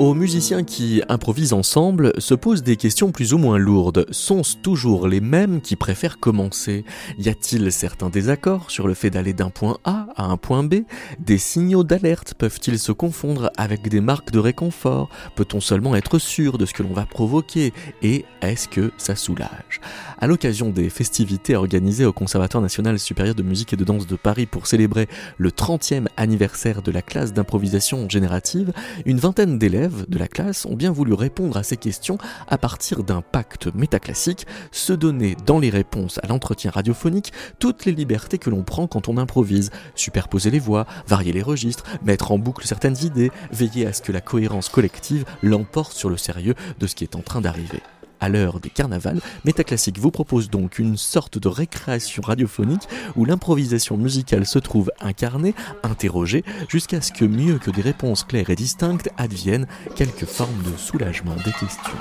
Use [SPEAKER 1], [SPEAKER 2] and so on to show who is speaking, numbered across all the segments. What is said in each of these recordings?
[SPEAKER 1] Aux musiciens qui improvisent ensemble se posent des questions plus ou moins lourdes. Sont-ce toujours les mêmes qui préfèrent commencer Y a-t-il certains désaccords sur le fait d'aller d'un point A à un point B Des signaux d'alerte peuvent-ils se confondre avec des marques de réconfort Peut-on seulement être sûr de ce que l'on va provoquer Et est-ce que ça soulage À l'occasion des festivités organisées au Conservatoire national supérieur de musique et de danse de Paris pour célébrer le 30e anniversaire de la classe d'improvisation générative, une vingtaine d'élèves de la classe ont bien voulu répondre à ces questions à partir d'un pacte métaclassique, se donner dans les réponses à l'entretien radiophonique toutes les libertés que l'on prend quand on improvise, superposer les voix, varier les registres, mettre en boucle certaines idées, veiller à ce que la cohérence collective l'emporte sur le sérieux de ce qui est en train d'arriver à l'heure des carnavals, Métaclassique vous propose donc une sorte de récréation radiophonique où l'improvisation musicale se trouve incarnée, interrogée, jusqu'à ce que mieux que des réponses claires et distinctes adviennent quelques formes de soulagement des questions.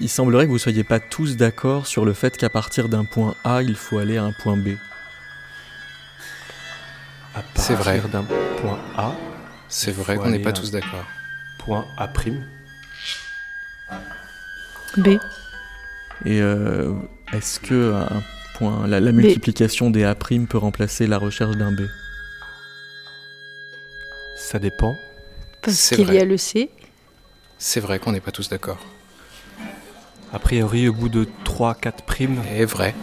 [SPEAKER 1] il semblerait que vous ne soyez pas tous d'accord sur le fait qu'à partir d'un point A, il faut aller à un point B.
[SPEAKER 2] À
[SPEAKER 3] C'est vrai.
[SPEAKER 2] partir d'un point A,
[SPEAKER 3] C'est
[SPEAKER 2] Il
[SPEAKER 3] vrai
[SPEAKER 2] faut
[SPEAKER 3] qu'on n'est
[SPEAKER 2] aller
[SPEAKER 3] pas
[SPEAKER 2] à-
[SPEAKER 3] tous d'accord.
[SPEAKER 2] point A prime.
[SPEAKER 4] B.
[SPEAKER 1] Et euh, est-ce que un point, la, la multiplication des A' peut remplacer la recherche d'un B
[SPEAKER 2] Ça dépend.
[SPEAKER 4] Parce
[SPEAKER 3] C'est
[SPEAKER 4] qu'il y
[SPEAKER 3] vrai.
[SPEAKER 4] a le C.
[SPEAKER 3] C'est vrai qu'on n'est pas tous d'accord.
[SPEAKER 2] A priori, au bout de 3-4 primes,
[SPEAKER 3] Et vrai.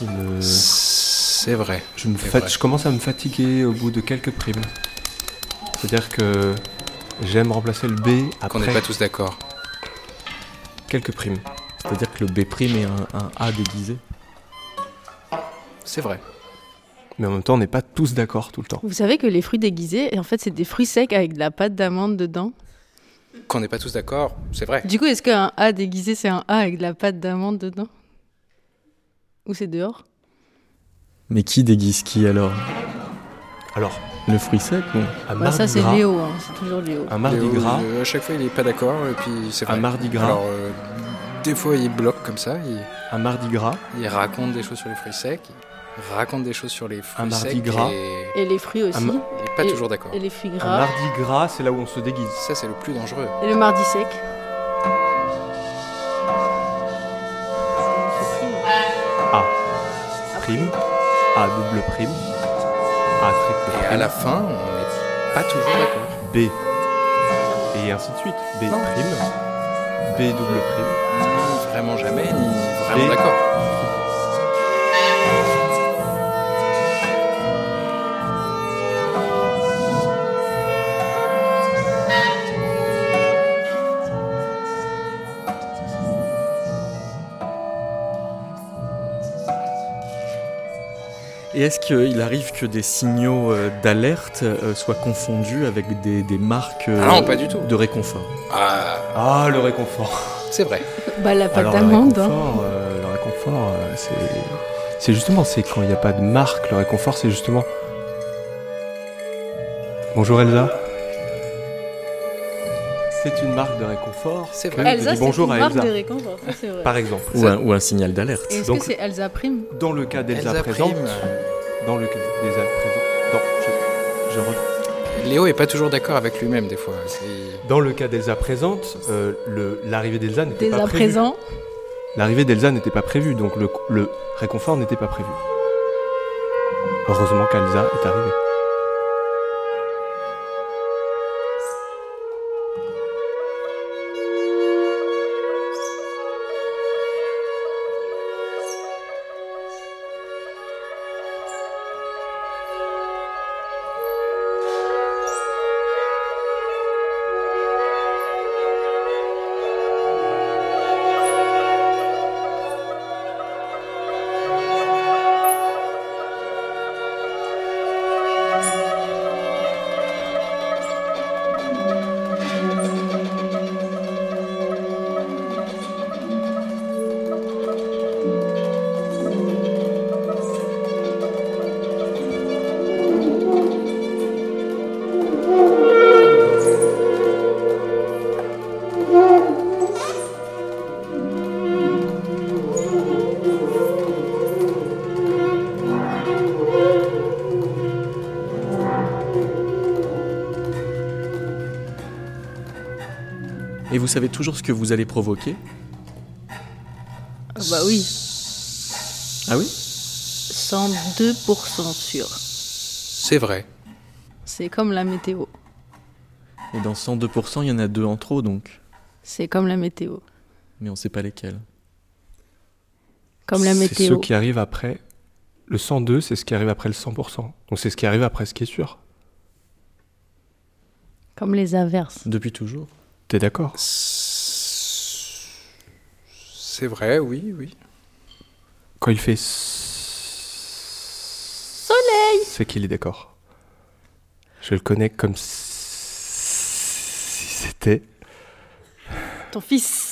[SPEAKER 2] je me-
[SPEAKER 3] C'est vrai.
[SPEAKER 2] je, me
[SPEAKER 3] c'est
[SPEAKER 2] fat-
[SPEAKER 3] vrai.
[SPEAKER 2] je commence à me fatiguer au bout de quelques primes. C'est-à-dire que j'aime remplacer le B
[SPEAKER 3] Qu'on n'est pas
[SPEAKER 2] après
[SPEAKER 3] tous d'accord.
[SPEAKER 2] quelques primes.
[SPEAKER 1] C'est-à-dire que le B' est un, un A déguisé
[SPEAKER 3] C'est vrai.
[SPEAKER 2] Mais en même temps, on n'est pas tous d'accord tout le temps.
[SPEAKER 4] Vous savez que les fruits déguisés, en fait, c'est des fruits secs avec de la pâte d'amande dedans.
[SPEAKER 3] Qu'on n'est pas tous d'accord, c'est vrai.
[SPEAKER 4] Du coup, est-ce qu'un A déguisé, c'est un A avec de la pâte d'amande dedans Ou c'est dehors
[SPEAKER 1] Mais qui déguise qui alors
[SPEAKER 2] Alors,
[SPEAKER 1] Le fruit sec ou-
[SPEAKER 2] à
[SPEAKER 4] bah,
[SPEAKER 2] Mardi
[SPEAKER 4] Ça, c'est
[SPEAKER 2] Gras,
[SPEAKER 4] Léo, hein, c'est toujours Léo.
[SPEAKER 2] un Mardi
[SPEAKER 3] Léo,
[SPEAKER 2] Gras,
[SPEAKER 3] euh, à chaque fois, il n'est pas d'accord, et puis c'est
[SPEAKER 2] Un
[SPEAKER 3] vrai.
[SPEAKER 2] mardi gras.
[SPEAKER 3] Alors, euh, des fois, il bloque comme ça, il,
[SPEAKER 2] un Mardi Gras,
[SPEAKER 3] il raconte des choses sur les fruits secs, il raconte des choses sur les fruits
[SPEAKER 2] Un mardi
[SPEAKER 3] secs,
[SPEAKER 2] gras.
[SPEAKER 3] et
[SPEAKER 4] Et les fruits aussi.
[SPEAKER 2] ma-
[SPEAKER 3] il n'est pas
[SPEAKER 4] Et-
[SPEAKER 3] toujours d'accord.
[SPEAKER 4] Et les fruits
[SPEAKER 2] un
[SPEAKER 4] gras.
[SPEAKER 2] Mardi Gras, c'est là où on se déguise.
[SPEAKER 3] Ça, c'est le plus dangereux.
[SPEAKER 4] Et le mardi sec.
[SPEAKER 2] Prime, A double prime, A
[SPEAKER 3] Et
[SPEAKER 2] triple
[SPEAKER 3] à
[SPEAKER 2] prime,
[SPEAKER 3] la fin, on n'est pas toujours d'accord.
[SPEAKER 2] B. Et ainsi de suite. B
[SPEAKER 3] Non.
[SPEAKER 2] prime, B double prime.
[SPEAKER 3] Ni Mmh, Vraiment jamais, ni vraiment
[SPEAKER 2] Et-
[SPEAKER 3] d'accord.
[SPEAKER 1] Et est-ce qu'il arrive que des signaux euh, d'alerte euh, soient confondus avec des, des marques euh,
[SPEAKER 3] Ah non, pas du tout.
[SPEAKER 1] de réconfort
[SPEAKER 3] Ah,
[SPEAKER 2] Ah, le réconfort.
[SPEAKER 3] c'est vrai.
[SPEAKER 4] Bah, la pâte
[SPEAKER 2] Alors, le
[SPEAKER 4] d'amande. hein.
[SPEAKER 2] réconfort, euh, le réconfort, euh, c'est. C'est justement, c'est quand il n'y a pas de marque, le réconfort, c'est justement. Bonjour Elsa. C'est une marque de réconfort.
[SPEAKER 3] C'est
[SPEAKER 2] que
[SPEAKER 3] vrai.
[SPEAKER 2] je
[SPEAKER 4] Elsa,
[SPEAKER 2] dis
[SPEAKER 4] c'est
[SPEAKER 2] bonjour
[SPEAKER 4] une
[SPEAKER 2] à
[SPEAKER 4] marque
[SPEAKER 2] Elsa.
[SPEAKER 4] de réconfort, ça, c'est vrai.
[SPEAKER 2] Par exemple.
[SPEAKER 1] ou un, ou un signal d'alerte
[SPEAKER 4] Et Est-ce
[SPEAKER 2] Donc-
[SPEAKER 4] que c'est Elsa Prime
[SPEAKER 2] Dans le cas d'Elsa
[SPEAKER 3] Elsa
[SPEAKER 2] présente,
[SPEAKER 3] Prime,
[SPEAKER 2] dans le cas d'Elsa présente, dans, je- je reprends.
[SPEAKER 3] euh, Léo est pas toujours d'accord avec lui-même, des fois. Il-
[SPEAKER 2] Dans le cas d'Elsa présente, euh, le- l'arrivée d'Elsa n'était
[SPEAKER 4] Dès
[SPEAKER 2] pas
[SPEAKER 4] à
[SPEAKER 2] prévue.
[SPEAKER 4] présent,
[SPEAKER 2] L'arrivée d'Elsa n'était pas prévue, donc le, le réconfort n'était pas prévu. Heureusement qu'Elsa est arrivée.
[SPEAKER 5] Thank
[SPEAKER 1] vous savez toujours ce que vous allez provoquer
[SPEAKER 4] Ah bah oui,
[SPEAKER 1] Ah oui
[SPEAKER 4] 102% sûr.
[SPEAKER 6] C'est vrai.
[SPEAKER 4] C'est comme la météo.
[SPEAKER 1] Et dans 102%, il y en a deux en trop, donc.
[SPEAKER 4] C'est comme la météo.
[SPEAKER 1] Mais on sait pas lesquels.
[SPEAKER 4] Comme la
[SPEAKER 2] C'est ce
[SPEAKER 4] météo.
[SPEAKER 2] qui arrive après. Le 102, c'est ce qui arrive après le 100%. Donc c'est ce qui arrive après ce qui est sûr.
[SPEAKER 4] Comme les averses.
[SPEAKER 1] Depuis toujours
[SPEAKER 2] T'es d'accord
[SPEAKER 6] C'est vrai, oui, oui.
[SPEAKER 2] Quand il fait soleil, c'est qu'il est d'accord. Je le connais comme si c'était.
[SPEAKER 4] Ton fils.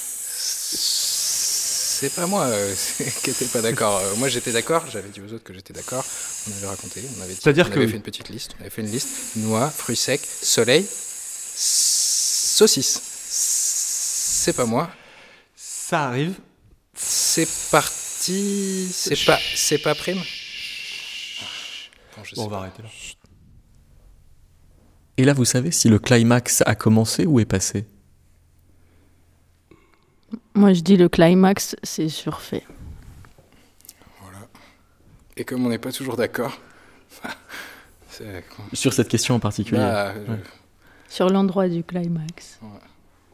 [SPEAKER 6] C'est pas moi euh, qui n'étais pas d'accord. Euh, moi j'étais d'accord, j'avais dit aux autres que j'étais d'accord. On avait raconté, on avait dit.
[SPEAKER 2] C'est-à-dire
[SPEAKER 6] on
[SPEAKER 2] que-
[SPEAKER 6] avait fait une petite liste. On avait fait une liste noix, fruits secs, soleil, saucisse. C'est pas moi.
[SPEAKER 2] Ça arrive.
[SPEAKER 6] C'est parti. C'est pas, c'est pas prime. Bon, je sais
[SPEAKER 2] Bon, on
[SPEAKER 6] pas.
[SPEAKER 2] va arrêter là.
[SPEAKER 1] Et là, vous savez si le climax a commencé ou est passé
[SPEAKER 4] Moi je dis le climax, c'est surfait.
[SPEAKER 6] Et comme on n'est pas toujours d'accord, c'est.
[SPEAKER 1] Sur cette question en particulier.
[SPEAKER 6] Bah, euh,
[SPEAKER 1] Ouais.
[SPEAKER 4] Sur l'endroit du climax.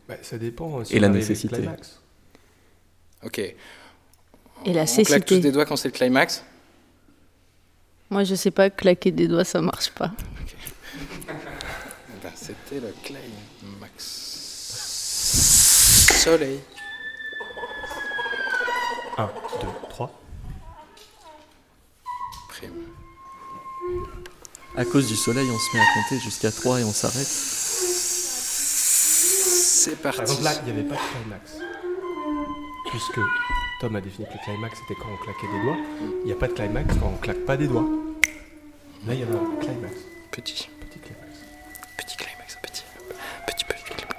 [SPEAKER 1] Bah,
[SPEAKER 2] ça dépend.
[SPEAKER 1] hein, si Et on la arrive avec nécessité. climax.
[SPEAKER 6] Ok.
[SPEAKER 4] Et la
[SPEAKER 6] On claque tous
[SPEAKER 4] cécité.
[SPEAKER 6] des doigts quand c'est le climax.
[SPEAKER 4] Moi je sais pas, claquer des doigts ça marche pas.
[SPEAKER 6] Eh ben, C'était le climax. Soleil.
[SPEAKER 2] 1, 2, 3.
[SPEAKER 6] Prime.
[SPEAKER 1] À cause du soleil, on se met à compter jusqu'à 3 et on s'arrête.
[SPEAKER 6] C'est
[SPEAKER 2] Par
[SPEAKER 6] parti.
[SPEAKER 2] exemple, là, il n'y avait pas de climax. Puisque Tom a défini que le climax, c'était quand on claquait des doigts. Il n'y a pas de climax quand on claque pas des doigts. Là, il y avait un climax.
[SPEAKER 6] Petit.
[SPEAKER 2] Petit climax.
[SPEAKER 6] Petit climax. Petit. Petit petit petit petit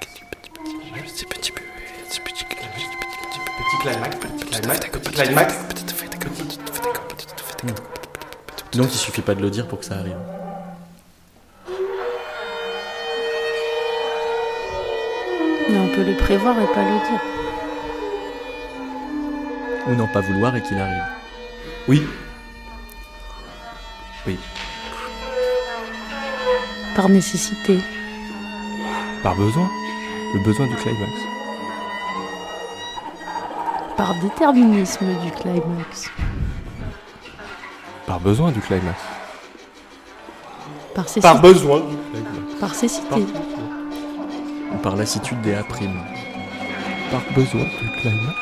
[SPEAKER 6] petit petit petit petit peu, petit petit climax, petit petit peu.
[SPEAKER 2] Petit climax, petit climax, petit
[SPEAKER 6] Petit
[SPEAKER 2] climax.
[SPEAKER 6] petit fait d'accord, petit fait d'accord, petit fait d'accord.
[SPEAKER 1] Donc il suffit pas de le dire pour que ça arrive.
[SPEAKER 4] Mais on peut le prévoir et pas le dire.
[SPEAKER 1] Ou n'en pas vouloir et qu'il arrive.
[SPEAKER 2] Oui. Oui.
[SPEAKER 4] Par nécessité.
[SPEAKER 2] Par besoin. Le besoin du climax.
[SPEAKER 4] Par déterminisme du climax.
[SPEAKER 2] Par besoin du climax.
[SPEAKER 4] Par cécité.
[SPEAKER 2] Par
[SPEAKER 4] Par,
[SPEAKER 2] besoin du climax.
[SPEAKER 4] cécité.
[SPEAKER 2] Par,
[SPEAKER 1] Ou par lassitude des A'.
[SPEAKER 2] par besoin du climax.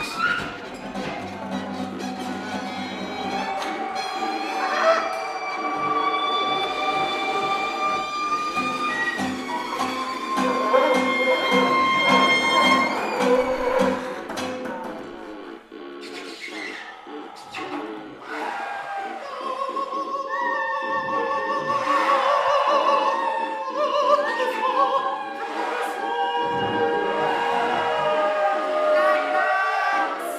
[SPEAKER 7] Climax.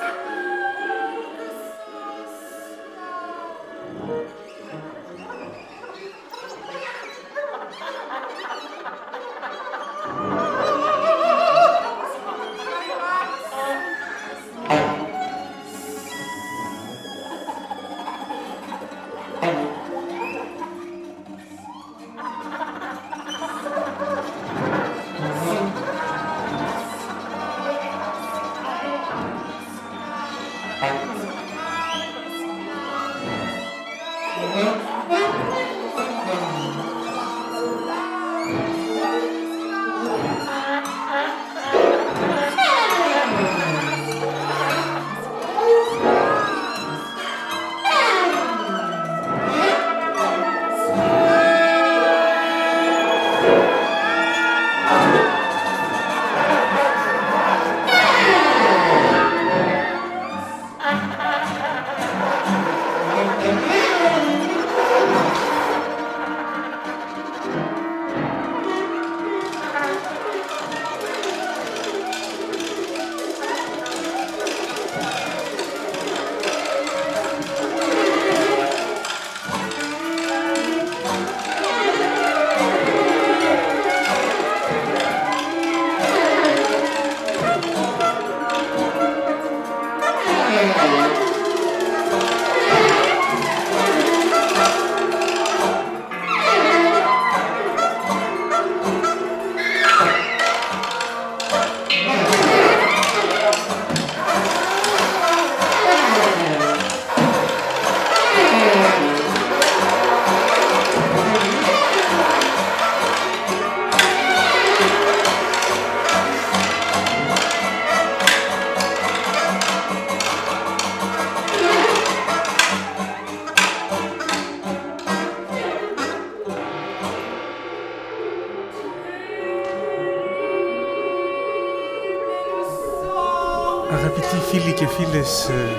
[SPEAKER 8] Αγαπητοί φίλοι και φίλες, ε,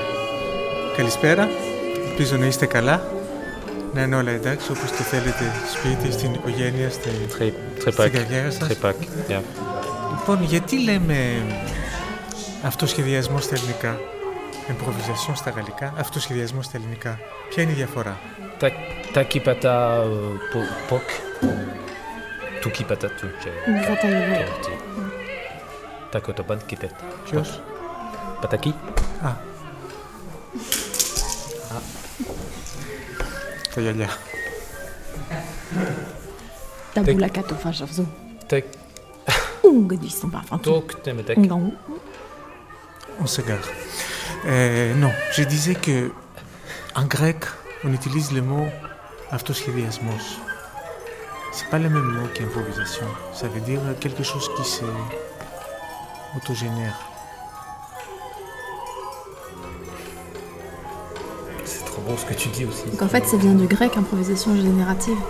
[SPEAKER 8] καλησπέρα. Ελπίζω να είστε καλά. Να είναι όλα εντάξει όπως το θέλετε σπίτι, στην οικογένεια, στη...
[SPEAKER 3] Très, très
[SPEAKER 8] στην
[SPEAKER 3] pack.
[SPEAKER 8] καριέρα σας.
[SPEAKER 3] Très pack. Yeah.
[SPEAKER 8] Λοιπόν, γιατί λέμε αυτοσχεδιασμό στα ελληνικά, improvisation στα γαλλικά, αυτοσχεδιασμό στα ελληνικά. Ποια είναι η διαφορά.
[SPEAKER 3] Tak- Takipata euh, po- Pok. Tukipata Tuche.
[SPEAKER 5] Κατάλαβα.
[SPEAKER 3] Takotopan Kipet.
[SPEAKER 8] Ποιος?
[SPEAKER 3] Pataki
[SPEAKER 8] Α. Τα γυαλιά.
[SPEAKER 4] Τα μπουλάκα του φαζαβζού.
[SPEAKER 3] Tak
[SPEAKER 4] Ούγκ, στον παφαντού.
[SPEAKER 3] Tok Temetek.
[SPEAKER 4] Ούγκ,
[SPEAKER 8] On s'égare. Euh, non, je disais que en grec, on utilise le mot αυτοσχεδιασμός. C'est pas le même mot qu'improvisation. Ça veut dire quelque chose qui se autogénère.
[SPEAKER 3] C'est trop bon ce que tu dis aussi.
[SPEAKER 4] Donc en fait, ça vient du grec, improvisation générative.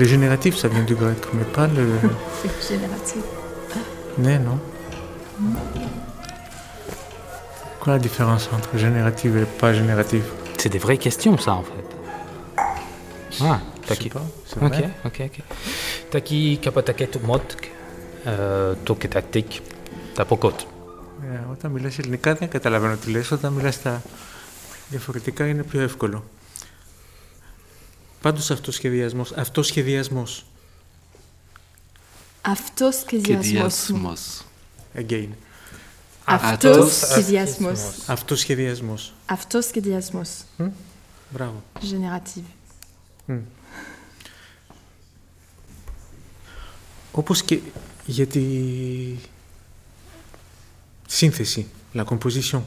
[SPEAKER 8] Le génératif, ça vient du grec, mais pas le.
[SPEAKER 4] C'est générative.
[SPEAKER 8] né, non Quoi la différence entre génératif et pas génératif
[SPEAKER 3] C'est des vraies questions, ça, en fait.
[SPEAKER 8] Je
[SPEAKER 3] Ah,
[SPEAKER 8] sais
[SPEAKER 3] Taki.
[SPEAKER 8] pas, c'est
[SPEAKER 3] Ok,
[SPEAKER 8] vrai.
[SPEAKER 3] ok, ok. Taki Kapataket Motk. euh, Tok et Taktik. Tapokot.
[SPEAKER 8] Ε, όταν μιλάς ελληνικά δεν καταλαβαίνω τι λες. Όταν μιλάς στα διαφορετικά είναι πιο εύκολο. Πάντως αυτοσχεδιασμός. Αυτοσχεδιασμός.
[SPEAKER 4] Αυτοσκεδιασμός.
[SPEAKER 8] Again.
[SPEAKER 4] Αυτοσκεδιασμός.
[SPEAKER 8] Αυτοσχεδιασμός.
[SPEAKER 4] Αυτοσκεδιασμός.
[SPEAKER 8] Μπράβο.
[SPEAKER 4] Générative.
[SPEAKER 8] Mm. Όπως και για τη σύνθεση. La composition.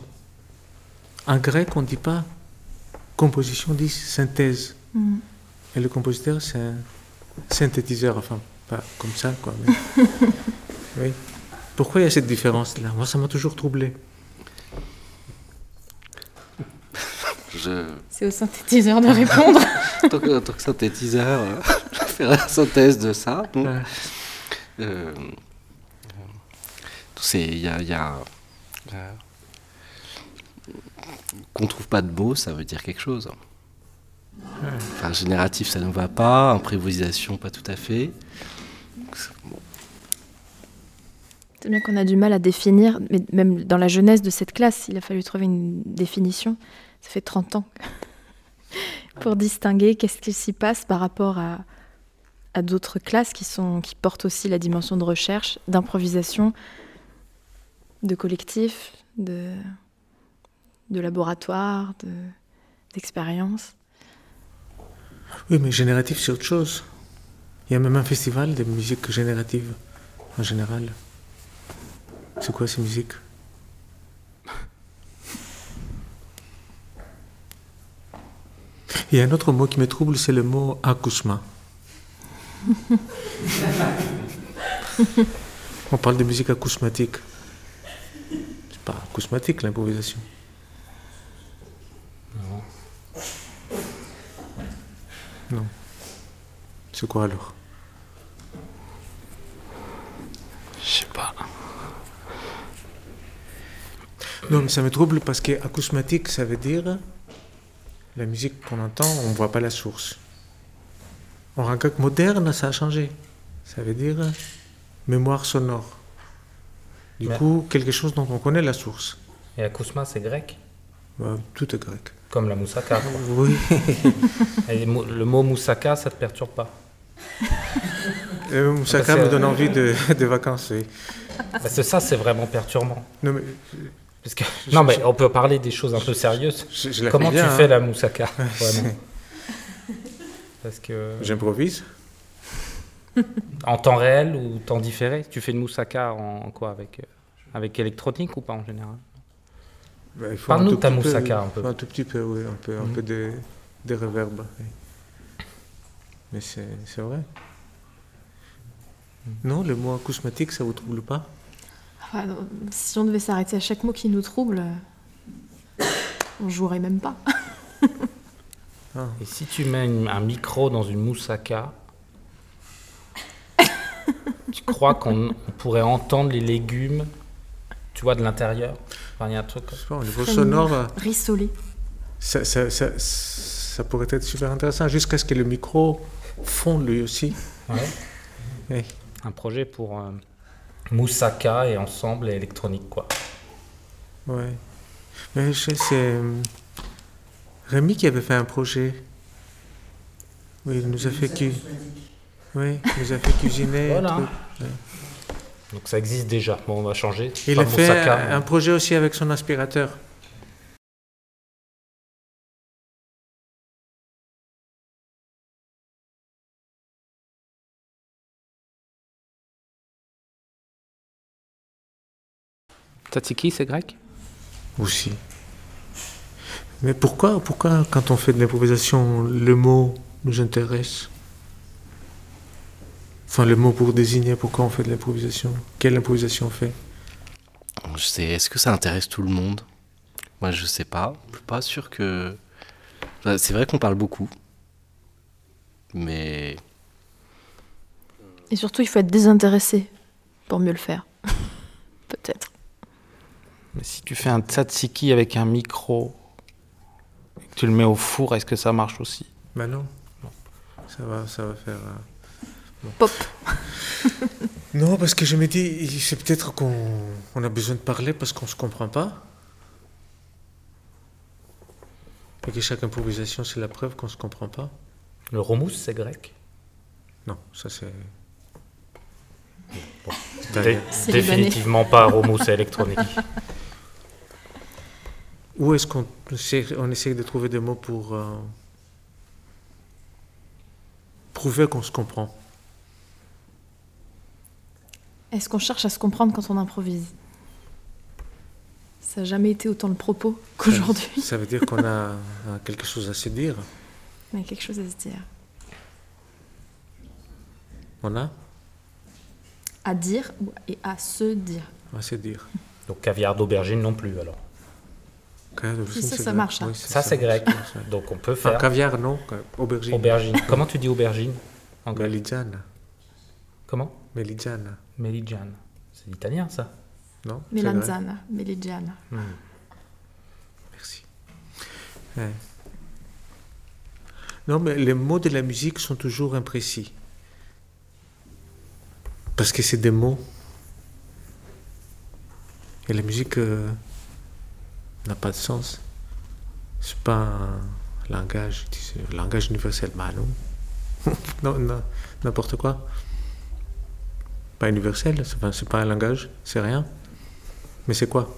[SPEAKER 8] En grec, on dit pas composition, on dit synthèse.
[SPEAKER 4] Mm.
[SPEAKER 8] Et le compositeur, c'est un synthétiseur, enfin, pas comme ça, quoi. mais- oui. Pourquoi il y a cette différence-là Moi, ça m'a toujours troublé.
[SPEAKER 9] Je...
[SPEAKER 5] C'est au synthétiseur de répondre.
[SPEAKER 9] tant, que, tant que synthétiseur, euh, je vais faire la synthèse de ça. Donc,
[SPEAKER 8] Ouais.
[SPEAKER 9] euh, euh, c'est- Il y a. il y a, euh, qu'on trouve pas de mots, ça veut dire quelque chose. Enfin, génératif, ça ne va pas. Improvisation, pas tout à fait. Donc, c'est- bon.
[SPEAKER 4] C'est bien qu'on a du mal à définir, mais même dans la jeunesse de cette classe, il a fallu trouver une définition. Ça fait 30 ans. Pour distinguer qu'est-ce qui s'y passe par rapport à, à d'autres classes qui, sont, qui portent aussi la dimension de recherche, d'improvisation, de collectif, de, de laboratoire, de- d'expérience.
[SPEAKER 8] Oui, mais génératif, c'est autre chose. Il y a même un festival de musique générative, en général. C'est quoi ces musiques Il y a un autre mot qui me trouble, c'est le mot accouchement. On parle de musique acousmatique. C'est pas acousmatique l'improvisation. Non. C'est quoi alors
[SPEAKER 9] Je sais pas.
[SPEAKER 8] Non, mais ça me trouble parce que acousmatique, ça veut dire la musique qu'on entend, on ne voit pas la source. En rock moderne, ça a changé. Ça veut dire mémoire sonore. Du
[SPEAKER 3] Mais-
[SPEAKER 8] coup, quelque chose dont on connaît la source.
[SPEAKER 3] Et Akousma, c'est grec
[SPEAKER 8] Bah, tout est grec.
[SPEAKER 3] Comme la moussaka. quoi.
[SPEAKER 8] Oui.
[SPEAKER 3] Et mo- le mot moussaka, ça te perturbe pas
[SPEAKER 8] Euh, Moussaka
[SPEAKER 3] Parce que-
[SPEAKER 8] me donne envie de, de vacances. oui.
[SPEAKER 3] Parce que ça, c'est vraiment perturbant.
[SPEAKER 8] Non, mais
[SPEAKER 3] Parce que... Non, mais on peut parler des choses un peu sérieuses.
[SPEAKER 8] je, je la
[SPEAKER 3] Comment
[SPEAKER 8] fais bien,
[SPEAKER 3] tu fais
[SPEAKER 8] hein.
[SPEAKER 3] la moussaka vraiment Parce que
[SPEAKER 8] J'improvise.
[SPEAKER 3] en temps réel ou temps différé, tu fais une moussaka en quoi avec euh, avec électronique ou pas en général
[SPEAKER 8] Bah, il faut un
[SPEAKER 3] Parle-nous
[SPEAKER 8] tout
[SPEAKER 3] de ta
[SPEAKER 8] petit peu-
[SPEAKER 3] moussaka, un peu.
[SPEAKER 8] faut Un tout petit peu, oui, un peu, un
[SPEAKER 3] Mhm.
[SPEAKER 8] peu de, de reverb. oui. Mais c'est c'est vrai.
[SPEAKER 3] Mm.
[SPEAKER 8] Non, le mot acousmatique, ça vous trouble pas
[SPEAKER 4] Enfin, si on devait s'arrêter à chaque mot qui nous trouble, euh, on jouerait même pas.
[SPEAKER 8] Ah.
[SPEAKER 3] Et si tu mets une- un micro dans une moussaka, tu crois qu'on on pourrait entendre les légumes, tu vois, de l'intérieur Enfin, Enfin, il y a un truc.
[SPEAKER 8] Je sais pas, au niveau sonore,
[SPEAKER 4] Rissolé.
[SPEAKER 8] ça, ça- ça- ça pourrait être super intéressant jusqu'à ce que le micro fonde lui aussi. Oui.
[SPEAKER 3] Un projet pour euh, Moussaka et ensemble et électronique, quoi.
[SPEAKER 8] Ouais. Mais je sais, c'est euh, Rémi qui avait fait un projet. Oui, il nous a fait cu... Oui, il nous a fait cuisiner. un
[SPEAKER 3] Voilà.
[SPEAKER 8] truc. Ouais.
[SPEAKER 3] Donc ça existe déjà. Bon, on va changer.
[SPEAKER 8] Il
[SPEAKER 3] Pas
[SPEAKER 8] a fait
[SPEAKER 3] Moussaka,
[SPEAKER 8] un, un
[SPEAKER 3] mais-
[SPEAKER 8] projet aussi avec son aspirateur.
[SPEAKER 3] Tatsiki, c'est grec
[SPEAKER 8] Aussi. Mais pourquoi, pourquoi quand on fait de l'improvisation, le mot nous intéresse Enfin, le mot pour désigner pourquoi on fait de l'improvisation. Quelle improvisation on fait
[SPEAKER 9] Je sais, est-ce que ça intéresse tout le monde Moi, je sais pas. Je suis pas sûr que. Enfin, C'est vrai qu'on parle beaucoup. Mais.
[SPEAKER 4] Et surtout, il faut être désintéressé pour mieux le faire. Peut-être.
[SPEAKER 10] Mais si tu fais un tzatziki avec un micro, et que tu le mets au four, est-ce que ça marche aussi
[SPEAKER 8] Ben non. Ça va, ça va faire. euh, bon.
[SPEAKER 4] Pop
[SPEAKER 8] Non, parce que je me dis, c'est peut-être qu'on on a besoin de parler parce qu'on se comprend pas. Et que chaque improvisation, c'est la preuve qu'on se comprend pas.
[SPEAKER 3] Le romousse, c'est grec
[SPEAKER 8] Non, ça c'est.
[SPEAKER 3] Dé-
[SPEAKER 8] C'est
[SPEAKER 3] Définitivement
[SPEAKER 8] libanais.
[SPEAKER 3] pas romousse électronique.
[SPEAKER 8] Où est-ce qu'on essaie, on essaie de trouver des mots pour euh, prouver qu'on se comprend
[SPEAKER 4] Est-ce qu'on cherche à se comprendre quand on improvise Ça n'a jamais été autant le propos qu'aujourd'hui.
[SPEAKER 8] Ça, ça veut dire qu'on a, a quelque chose à se dire.
[SPEAKER 4] Il y a quelque chose à se dire.
[SPEAKER 8] On a
[SPEAKER 4] À dire ou- et à se dire.
[SPEAKER 8] à se dire.
[SPEAKER 3] Donc caviar d'aubergine non plus, alors.
[SPEAKER 4] Si, ça, ça marche, hein.
[SPEAKER 3] Ça,
[SPEAKER 4] ça.
[SPEAKER 3] c'est grec. Donc on peut faire.
[SPEAKER 8] Enfin, caviar, non, ca- aubergine. Bah,
[SPEAKER 3] Aubergine. Comment tu dis aubergine en grec
[SPEAKER 8] Melidiane.
[SPEAKER 3] Comment
[SPEAKER 8] Melidiane.
[SPEAKER 3] Melidiane. C'est italien, ça Hmm.
[SPEAKER 8] Non c'est grec.
[SPEAKER 4] Melanzana, Meligiana.
[SPEAKER 8] Merci. Ouais. Non, mais les mots de la musique sont toujours imprécis. Parce que c'est des mots. Et la musique euh, n'a pas de sens. C'est pas un langage, tu sais, un langage universel. Bah non. non, non, n'importe quoi. Pas universel, c'est pas, c'est pas un langage, c'est rien. Mais c'est quoi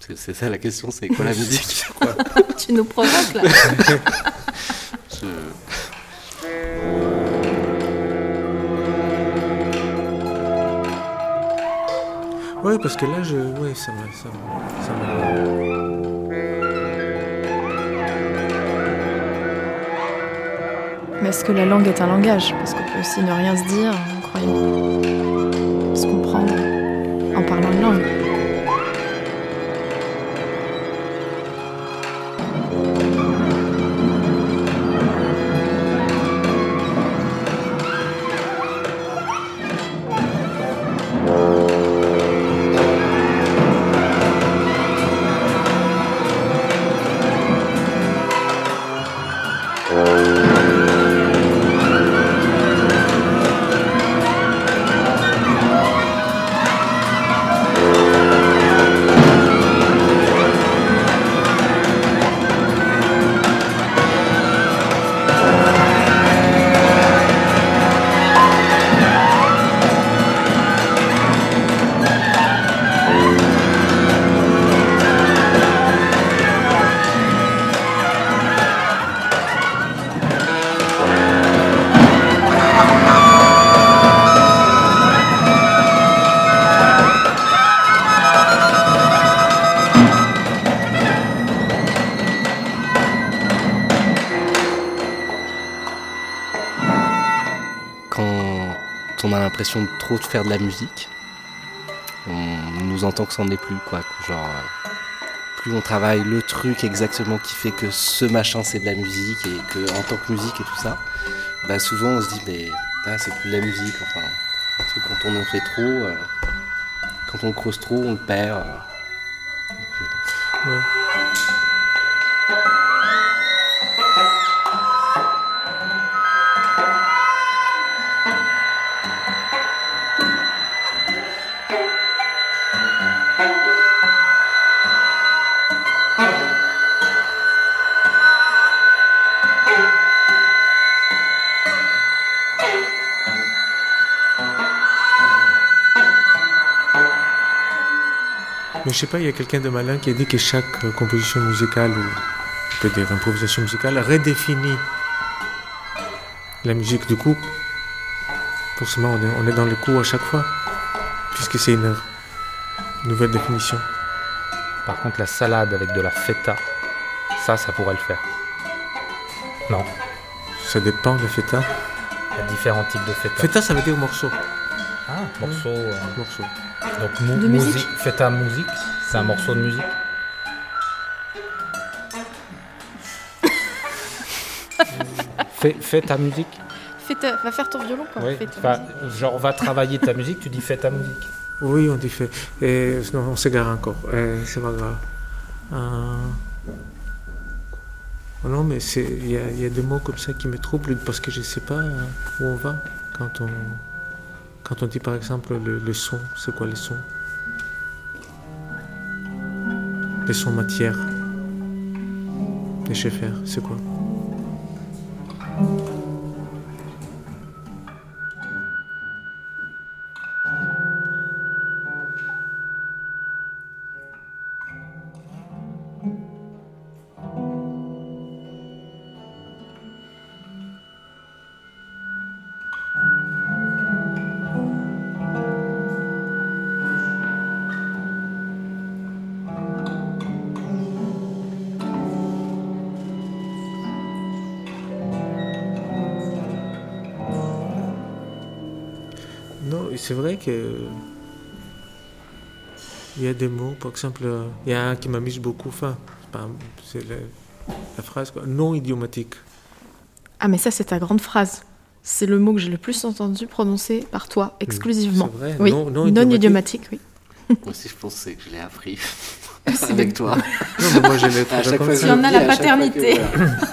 [SPEAKER 9] C'est c'est ça la question, c'est quoi la musique
[SPEAKER 8] quoi
[SPEAKER 4] tu nous provoques là
[SPEAKER 9] Je-
[SPEAKER 8] Ouais, parce que là, je. Ouais, ça m'a. Ça m'a. ça
[SPEAKER 4] Mais est-ce que la langue est un langage Parce qu'on peut aussi ne rien se dire, croyez Se comprendre en parlant une langue.
[SPEAKER 9] quand on a l'impression de trop faire de la musique, on nous entend que c'en est plus, quoi. que Genre, euh, plus on travaille le truc exactement qui fait que ce machin c'est de la musique et que en tant que musique et tout ça, bah souvent on se dit mais ah, c'est plus de la musique. Enfin, un truc quand on en fait trop, euh, quand on le crosse trop, on le perd.
[SPEAKER 8] Ouais. Mais je sais pas, il y a quelqu'un de malin qui a dit que chaque euh, composition musicale, ou on peut dire improvisation musicale, redéfinit la musique du coup. Forcément, on est, on est dans le coup à chaque fois, puisque c'est une nouvelle définition.
[SPEAKER 3] Par contre, la salade avec de la feta, ça, ça pourrait le faire. Non.
[SPEAKER 8] Ça dépend de feta.
[SPEAKER 3] Il y a différents types de feta.
[SPEAKER 8] Feta, ça veut dire morceau.
[SPEAKER 3] Ah, morceau. euh,
[SPEAKER 8] Morceau.
[SPEAKER 3] Donc, mu-
[SPEAKER 8] De musique.
[SPEAKER 3] musique. Feta musique, c'est un morceau de musique. Fais, fais ta musique.
[SPEAKER 4] Fais ta- Va faire ton violon, quoi.
[SPEAKER 3] Oui.
[SPEAKER 4] Fais ta
[SPEAKER 3] Enfin,
[SPEAKER 4] musique.
[SPEAKER 3] genre, va travailler ta musique, tu dis fais ta musique.
[SPEAKER 8] Oui, on dit fait. Et, non, on s'égare encore. Eh, c'est pas grave. Euh, oh Non, mais c'est- il y, a- il y a des mots comme ça qui me troublent parce que je ne sais pas euh, où on va quand on, quand on dit par exemple le, le son. C'est quoi le son Les sons matière. Les Schaeffer, c'est quoi Non, et c'est vrai que. Il y a des mots, par exemple, euh, il y a un qui m'amuse beaucoup, enfin, c'est pas un- c'est la, la phrase quoi, non idiomatique.
[SPEAKER 4] Ah, mais ça, c'est ta grande phrase. C'est le mot que j'ai le plus entendu prononcé par toi, exclusivement.
[SPEAKER 9] c'est vrai,
[SPEAKER 4] oui.
[SPEAKER 9] non- non
[SPEAKER 4] idiomatique, oui.
[SPEAKER 9] Moi aussi, je pensais que je l'ai appris
[SPEAKER 4] C'est
[SPEAKER 9] avec
[SPEAKER 4] bien.
[SPEAKER 9] toi.
[SPEAKER 8] Non, mais moi, je l'ai trouvé
[SPEAKER 9] à chaque
[SPEAKER 8] comme
[SPEAKER 9] fois.
[SPEAKER 8] ça.
[SPEAKER 9] je
[SPEAKER 8] Il y en
[SPEAKER 9] le
[SPEAKER 8] a
[SPEAKER 9] dis,
[SPEAKER 8] la
[SPEAKER 9] à chaque fois que-
[SPEAKER 4] paternité.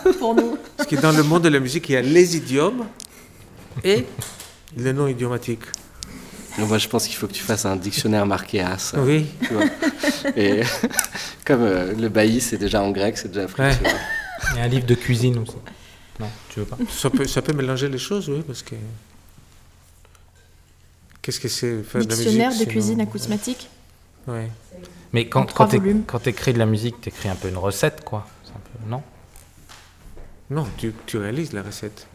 [SPEAKER 9] voilà.
[SPEAKER 4] Pour nous.
[SPEAKER 8] Parce que dans le monde de la musique, il y a les idiomes et le non idiomatique.
[SPEAKER 9] Non, Moi, je pense qu'il faut que tu fasses un dictionnaire marqué as.
[SPEAKER 8] Oui.
[SPEAKER 9] tu vois. Et comme euh, le bailli, c'est déjà en grec, c'est déjà
[SPEAKER 8] Ouais.
[SPEAKER 9] africain.
[SPEAKER 3] Il y a un livre de cuisine aussi. Non, tu veux pas
[SPEAKER 8] Ça peut, Euh, ça peut mélanger les choses, oui, parce que. Qu'est-ce que c'est faire de la musique
[SPEAKER 4] Dictionnaire de
[SPEAKER 8] sinon-
[SPEAKER 4] cuisine acousmatique.
[SPEAKER 8] Ouais.
[SPEAKER 3] Mais quand,
[SPEAKER 4] trois
[SPEAKER 3] quand t'éc-
[SPEAKER 4] volumes.
[SPEAKER 3] quand t'écris de la musique, t'écris un peu une recette, quoi. C'est un peu- Non
[SPEAKER 8] Non, tu, tu réalises la recette.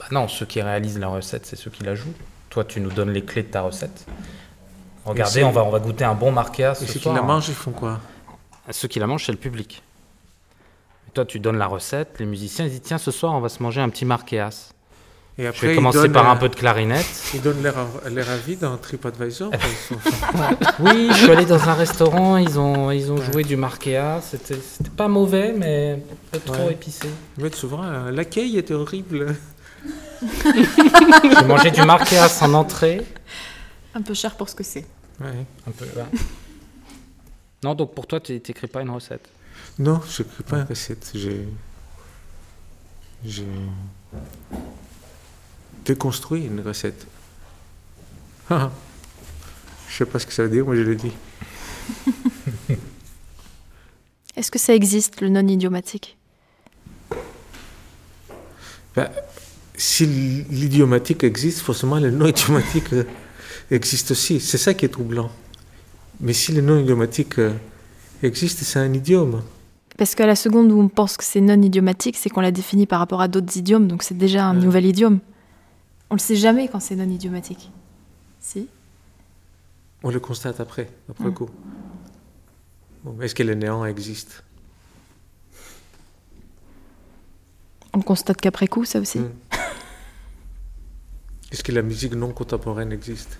[SPEAKER 3] Bah non, ceux qui réalisent la recette, c'est ceux qui la jouent. Toi, tu nous donnes les clés de ta recette.
[SPEAKER 8] Et
[SPEAKER 3] Regardez,
[SPEAKER 8] ceux-
[SPEAKER 3] on va, on va goûter un bon marquea ce
[SPEAKER 8] Et ceux qui
[SPEAKER 3] soir.
[SPEAKER 8] la mangent, ils font quoi
[SPEAKER 3] Ah, Ceux qui la mangent, c'est le public. Et toi, tu donnes la recette, les musiciens ils disent tiens, ce soir, on va se manger un petit marqueas.
[SPEAKER 8] Et
[SPEAKER 3] Je vais
[SPEAKER 8] ils
[SPEAKER 3] commencer
[SPEAKER 8] donnent,
[SPEAKER 3] par un
[SPEAKER 8] euh,
[SPEAKER 3] peu de clarinette.
[SPEAKER 8] Ils donnent leur, av- leur avis dans TripAdvisor. quoi, ils sont-
[SPEAKER 3] oui, je suis allé dans un restaurant, ils ont, ils ont joué du marquea. C'était c'était pas mauvais, mais un peu trop
[SPEAKER 8] Ouais.
[SPEAKER 3] épicé.
[SPEAKER 8] Mais souvent, euh, l'accueil était horrible.
[SPEAKER 3] J'ai mangé du marqueas en entrée.
[SPEAKER 4] Un peu cher pour ce que c'est.
[SPEAKER 8] Ouais.
[SPEAKER 3] Un peu, ouais. Non, donc pour toi, tu t'écris pas une recette.
[SPEAKER 8] Non, je n'écris pas une recette. J'ai. J'ai. déconstruit une recette. Ah, je sais pas ce que ça veut dire, moi je le dis.
[SPEAKER 4] Est-ce que ça existe, le non idiomatique
[SPEAKER 8] Ben, si l'idiomatique existe, forcément le non-idiomatique euh, existe aussi. C'est ça qui est troublant. Mais si le non-idiomatique euh, existe, c'est un idiome.
[SPEAKER 4] Parce qu'à la seconde où on pense que c'est non idiomatique, c'est qu'on l'a défini par rapport à d'autres idiomes, donc c'est déjà un nouvel idiome. On le sait jamais quand c'est non idiomatique. Si
[SPEAKER 8] On le constate après, après
[SPEAKER 4] Mm.
[SPEAKER 8] coup. Bon, mais Est-ce que le néant existe
[SPEAKER 4] On le constate qu'après coup, ça aussi.
[SPEAKER 8] Est-ce que la musique non contemporaine existe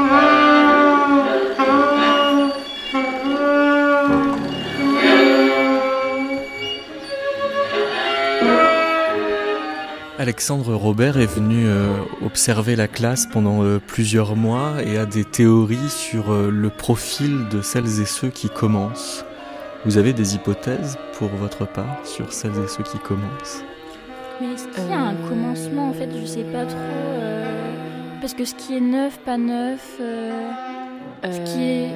[SPEAKER 11] Ah
[SPEAKER 1] Alexandre Robert est venu euh, observer la classe pendant euh, plusieurs mois et a des théories sur euh, le profil de celles et ceux qui commencent. Vous avez des hypothèses pour votre part sur celles et ceux qui commencent
[SPEAKER 12] Mais est-ce qu'il y a un commencement en fait Je sais pas trop. euh, parce que ce qui est neuf, pas neuf, euh, ce qui est.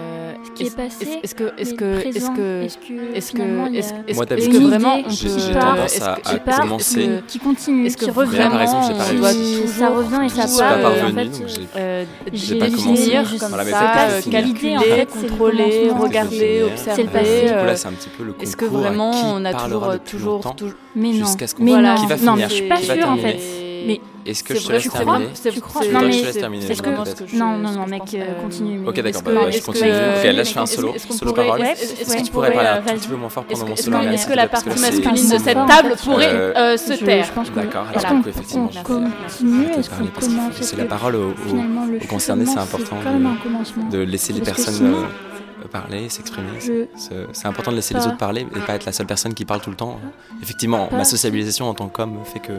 [SPEAKER 12] Ce qui est,
[SPEAKER 11] est-ce-
[SPEAKER 12] passé,
[SPEAKER 11] est-ce- est-ce que- est-ce
[SPEAKER 12] mais
[SPEAKER 11] que- est-ce
[SPEAKER 12] présent,
[SPEAKER 11] que-
[SPEAKER 12] est-ce que
[SPEAKER 11] est-ce que-
[SPEAKER 12] finalement, il y a-
[SPEAKER 11] est-ce- est-ce-
[SPEAKER 13] Moi,
[SPEAKER 12] est-ce
[SPEAKER 13] d'habitude,
[SPEAKER 12] que
[SPEAKER 13] j'ai-
[SPEAKER 12] vraiment on
[SPEAKER 13] j'ai
[SPEAKER 12] peut-
[SPEAKER 13] tendance
[SPEAKER 12] est-ce
[SPEAKER 13] à-
[SPEAKER 12] que-
[SPEAKER 13] à
[SPEAKER 12] qui part,
[SPEAKER 13] commencer.
[SPEAKER 12] est-ce que- qui continue,
[SPEAKER 11] Est-ce que
[SPEAKER 12] qui
[SPEAKER 11] vraiment,
[SPEAKER 12] revient,
[SPEAKER 13] par exemple, j'ai pas
[SPEAKER 12] qui-
[SPEAKER 13] réussi.
[SPEAKER 12] qui- ça revient et ça
[SPEAKER 13] Je suis pas
[SPEAKER 12] part. et en
[SPEAKER 13] parvenu,
[SPEAKER 12] fait,
[SPEAKER 13] donc j'ai-
[SPEAKER 12] euh,
[SPEAKER 13] j'ai
[SPEAKER 12] j'ai
[SPEAKER 13] pas
[SPEAKER 12] des
[SPEAKER 13] commencé.
[SPEAKER 12] souvenirs
[SPEAKER 13] Voilà,
[SPEAKER 12] comme
[SPEAKER 13] mais
[SPEAKER 12] ça,
[SPEAKER 13] peut-être
[SPEAKER 12] euh,
[SPEAKER 13] que c'est
[SPEAKER 12] calculés,
[SPEAKER 13] l'idée, en
[SPEAKER 11] fait, c'est le
[SPEAKER 12] contrôlés,
[SPEAKER 11] commencement.
[SPEAKER 12] regardé,
[SPEAKER 13] C'est le
[SPEAKER 12] observé.
[SPEAKER 13] passé.
[SPEAKER 12] euh,
[SPEAKER 13] Là, c'est un petit peu le concours.
[SPEAKER 11] Est-ce que vraiment
[SPEAKER 13] à qui
[SPEAKER 11] on a
[SPEAKER 13] parlera
[SPEAKER 11] toujours,
[SPEAKER 13] le plus longtemps
[SPEAKER 11] toujours, toujours.
[SPEAKER 12] Mais non.
[SPEAKER 13] jusqu'à ce qu'on
[SPEAKER 12] Mais
[SPEAKER 13] voit
[SPEAKER 12] non.
[SPEAKER 13] qui va
[SPEAKER 12] Non,
[SPEAKER 13] finir.
[SPEAKER 12] je suis pas
[SPEAKER 13] Qui va
[SPEAKER 12] sûre, en
[SPEAKER 13] terminer.
[SPEAKER 12] fait. Mais
[SPEAKER 13] Est-ce que
[SPEAKER 11] c'est
[SPEAKER 13] je te
[SPEAKER 11] vrai,
[SPEAKER 13] laisse
[SPEAKER 11] tu crois
[SPEAKER 13] terminer
[SPEAKER 11] C'est-
[SPEAKER 13] Tu
[SPEAKER 11] c'est-
[SPEAKER 13] crois-
[SPEAKER 11] non,
[SPEAKER 13] je te
[SPEAKER 11] mais
[SPEAKER 13] laisse
[SPEAKER 11] c'est-
[SPEAKER 13] terminer.
[SPEAKER 11] c'est ce que
[SPEAKER 13] Laura,
[SPEAKER 11] moi, ce
[SPEAKER 13] peut-être.
[SPEAKER 11] que je-
[SPEAKER 12] Non, non,
[SPEAKER 11] ce
[SPEAKER 12] non,
[SPEAKER 11] que
[SPEAKER 12] mec,
[SPEAKER 11] je pense,
[SPEAKER 12] euh,
[SPEAKER 11] euh,
[SPEAKER 12] continue. mais
[SPEAKER 13] Ok, d'accord,
[SPEAKER 12] est-ce
[SPEAKER 13] bah,
[SPEAKER 12] que-
[SPEAKER 13] bah, je
[SPEAKER 12] est-ce que-
[SPEAKER 13] continue. Ok, là, je fais un
[SPEAKER 12] est-ce
[SPEAKER 13] solo,
[SPEAKER 12] qu'on
[SPEAKER 13] solo
[SPEAKER 12] pourrait-
[SPEAKER 13] parole.
[SPEAKER 12] ouais,
[SPEAKER 13] Est-ce que
[SPEAKER 12] ouais,
[SPEAKER 13] tu pourrais parler un tout
[SPEAKER 12] vas-y.
[SPEAKER 13] petit peu moins fort
[SPEAKER 12] Est-ce
[SPEAKER 13] pendant mon
[SPEAKER 12] que-
[SPEAKER 13] solo
[SPEAKER 12] non, mais
[SPEAKER 13] merci,
[SPEAKER 12] Est-ce que la
[SPEAKER 13] parce
[SPEAKER 12] partie
[SPEAKER 13] là, c'est-
[SPEAKER 12] masculine de cette table pourrait euh, se taire
[SPEAKER 13] D'accord,
[SPEAKER 12] Est-ce
[SPEAKER 13] alors
[SPEAKER 12] qu'on
[SPEAKER 13] du coup, effectivement, je-
[SPEAKER 12] continue Est-ce qu'on commence
[SPEAKER 13] c'est
[SPEAKER 12] Est-ce
[SPEAKER 13] la
[SPEAKER 12] que
[SPEAKER 13] parole au- au-
[SPEAKER 12] finalement, le
[SPEAKER 13] aux concernés, c'est
[SPEAKER 12] cheminement,
[SPEAKER 13] important
[SPEAKER 12] quand même un
[SPEAKER 13] de,
[SPEAKER 12] commencement.
[SPEAKER 13] de laisser les
[SPEAKER 12] Parce que
[SPEAKER 13] personnes
[SPEAKER 12] sinon,
[SPEAKER 13] euh, parler, s'exprimer.
[SPEAKER 12] je-
[SPEAKER 13] C'est- C'est important de laisser les
[SPEAKER 12] pas-
[SPEAKER 13] autres parler et pas être la seule personne qui parle tout le temps. Effectivement,
[SPEAKER 12] Pas-
[SPEAKER 13] ma sociabilisation en tant qu'homme fait que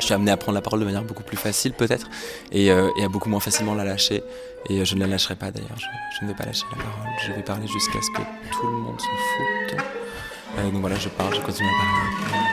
[SPEAKER 13] je suis amené à prendre la parole de manière beaucoup plus facile peut-être et, euh, et à beaucoup moins facilement la lâcher. Et euh, je ne la lâcherai pas d'ailleurs, je, je ne vais pas lâcher la parole, je vais parler jusqu'à ce que tout le monde s'en foute. Euh, donc voilà, je parle, je continue à parler.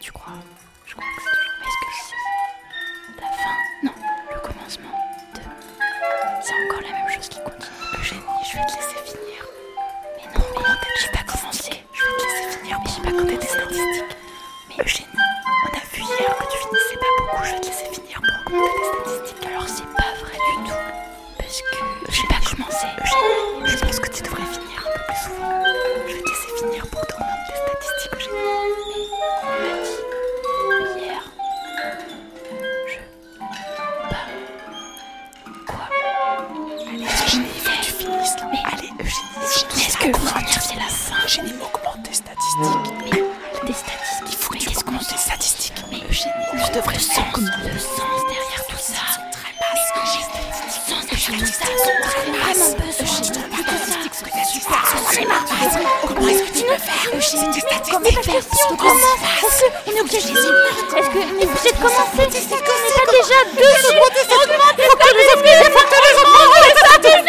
[SPEAKER 12] Tu crois Je crois que c'est toujours. Est-ce que c'est la fin Non, le commencement de. C'est encore la même chose qui compte. Eugénie, je vais te laisser finir. Mais non, mais non, j'ai pas commencé. Je vais te laisser finir, mais j'ai pas compté tes statistiques. Mais Eugénie, on a vu hier que tu finissais pas beaucoup. Je vais te laisser finir pour augmenter les statistiques. Alors c'est pas vrai du tout. Parce que j'ai pas commencé. Eugénie, je pense que tu devrais finir un peu plus souvent. Je vais te laisser finir pour te remonter les statistiques, Eugénie. Mais on m'a dit hier. Je. Bah. Quoi Allez, Eugénie, il faut que tu finisses là. Mais allez, Eugénie, est-ce que finir c'est la fin Eugénie, augmente tes statistiques. Mais des statistiques, il faut que tu augmentes tes statistiques. Mais Eugénie, tu devrais sens le sens derrière tout ça. Très basse, Eugénie. Le sens derrière tout ça. Très basse. Eugénie, les statistiques sont des super. C'est ma raison. Comment est-ce que tu veux faire Eugénie, des statistiques. On commence. Est-ce qu'on est obligé Est-ce que on est obligé de commencer On n'est pas déjà deux secondes Faut que les objets, faut que les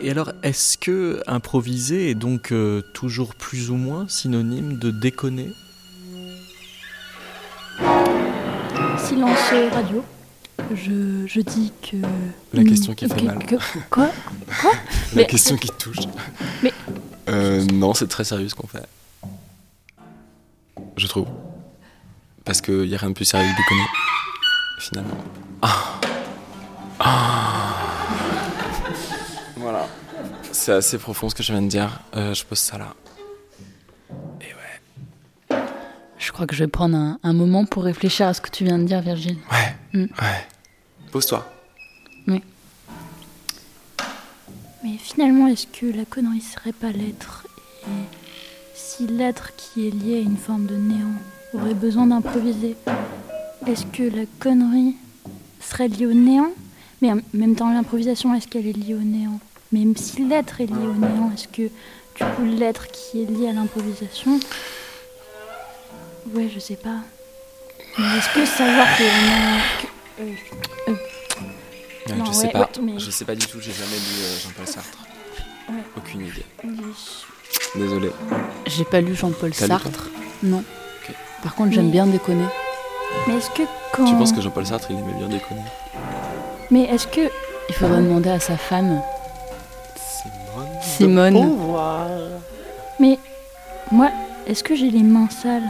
[SPEAKER 1] Et alors, est-ce que improviser est donc euh, toujours plus ou moins synonyme de déconner
[SPEAKER 11] Silence radio. Je, je dis que. hmm,
[SPEAKER 13] La question qui fait
[SPEAKER 11] que-
[SPEAKER 13] mal.
[SPEAKER 11] que- quoi Quoi
[SPEAKER 13] La
[SPEAKER 11] Mais-
[SPEAKER 13] question qui touche.
[SPEAKER 11] Mais-
[SPEAKER 13] Euh, non, c'est très sérieux ce qu'on fait. Je trouve. Parce qu'il n'y a rien de plus sérieux que déconner. Finalement. Ah. Ah. Voilà. C'est assez profond ce que je viens de dire. Euh, je pose ça là.
[SPEAKER 11] Je crois que je vais prendre un, un moment pour réfléchir à ce que tu viens de dire, Virgile. Hmm. Ouais.
[SPEAKER 13] Pose-toi.
[SPEAKER 11] Mais finalement, est-ce que la connerie serait pas l'être Et si l'être qui est lié à une forme de néant aurait besoin d'improviser, est-ce que la connerie serait liée au néant Mais en même temps, l'improvisation, est-ce qu'elle est liée au néant Même si l'être est lié au néant, est-ce que du coup l'être qui est lié à l'improvisation Ouais, je sais pas. Mais est-ce que savoir que... on est- que- euh, euh,
[SPEAKER 13] Ouais, Ah,
[SPEAKER 11] non,
[SPEAKER 13] je sais
[SPEAKER 11] ouais,
[SPEAKER 13] pas.
[SPEAKER 11] ouais, mais-
[SPEAKER 13] Je sais pas du tout. J'ai jamais lu euh, Jean-Paul Sartre.
[SPEAKER 11] Ouais.
[SPEAKER 13] Aucune idée.
[SPEAKER 11] Je-
[SPEAKER 13] Désolé.
[SPEAKER 14] J'ai pas lu Jean-Paul
[SPEAKER 13] T'as lu, toi
[SPEAKER 14] Sartre. Non.
[SPEAKER 13] Ok.
[SPEAKER 14] Par contre, j'aime
[SPEAKER 11] Mais-
[SPEAKER 14] bien déconner.
[SPEAKER 11] Mais est-ce que quand.
[SPEAKER 13] Tu penses que Jean-Paul Sartre, il aimait bien déconner
[SPEAKER 11] Mais est-ce que. Hein
[SPEAKER 14] Il faudrait demander à sa femme.
[SPEAKER 11] Simone.
[SPEAKER 14] Simone.
[SPEAKER 11] Mais. Moi, est-ce que j'ai les mains sales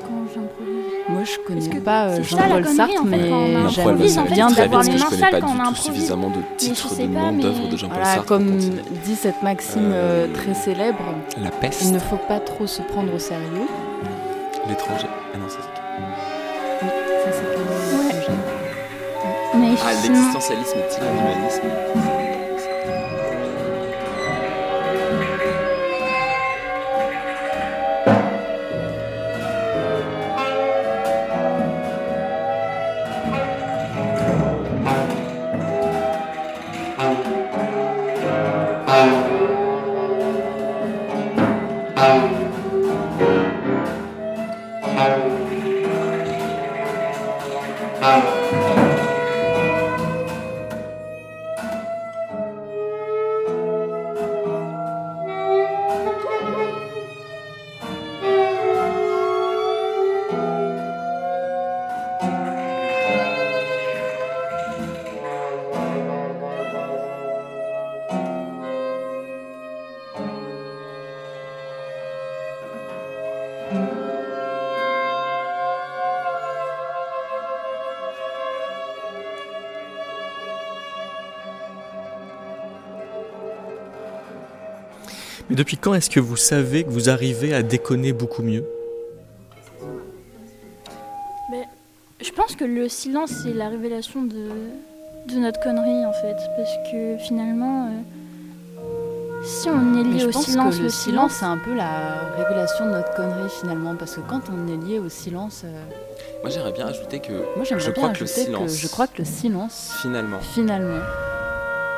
[SPEAKER 11] quand j'improvise
[SPEAKER 14] Moi, je connais
[SPEAKER 11] Est-ce que
[SPEAKER 14] pas euh,
[SPEAKER 11] c'est ça, la
[SPEAKER 14] Jean-Paul
[SPEAKER 11] connerie,
[SPEAKER 14] Sartre,
[SPEAKER 11] en fait, quand on
[SPEAKER 14] mais
[SPEAKER 11] improvise,
[SPEAKER 14] j'aime
[SPEAKER 13] Pourquoi elle va
[SPEAKER 14] bien
[SPEAKER 13] savoir très vite
[SPEAKER 14] d'avoir
[SPEAKER 13] parce
[SPEAKER 14] les
[SPEAKER 13] que je
[SPEAKER 14] mains
[SPEAKER 13] connais pas
[SPEAKER 14] sales
[SPEAKER 13] du
[SPEAKER 14] quand on
[SPEAKER 13] tout
[SPEAKER 14] improvise.
[SPEAKER 13] suffisamment de titres de noms d'œuvres de Jean-Paul
[SPEAKER 14] Voilà,
[SPEAKER 13] Sartre.
[SPEAKER 14] comme dit cette maxime euh, très célèbre,
[SPEAKER 13] La peste.
[SPEAKER 14] il ne faut pas trop se prendre au sérieux.
[SPEAKER 13] L'étranger. Ah non, c'est ça.
[SPEAKER 14] Oui, ça c'est quand même l'étranger.
[SPEAKER 11] Mais
[SPEAKER 13] Ah,
[SPEAKER 11] sinon-
[SPEAKER 13] l'existentialisme est-il un humanisme
[SPEAKER 1] Mais depuis quand est-ce que vous savez que vous arrivez à déconner beaucoup mieux
[SPEAKER 11] Mais je pense que le silence, c'est la révélation de, de notre connerie, en fait. Parce que finalement, euh, si on
[SPEAKER 14] Mais
[SPEAKER 11] est lié
[SPEAKER 14] je
[SPEAKER 11] au
[SPEAKER 14] pense
[SPEAKER 11] silence,
[SPEAKER 14] que le silence, c'est un peu la révélation de notre connerie finalement, parce que quand on est lié au silence, euh,
[SPEAKER 13] Moi, j'aimerais bien ajouter que
[SPEAKER 14] moi j'aimerais
[SPEAKER 13] je
[SPEAKER 14] bien
[SPEAKER 13] crois que le
[SPEAKER 14] ajouter
[SPEAKER 13] silence,
[SPEAKER 14] je crois que le silence,
[SPEAKER 13] finalement,
[SPEAKER 14] finalement,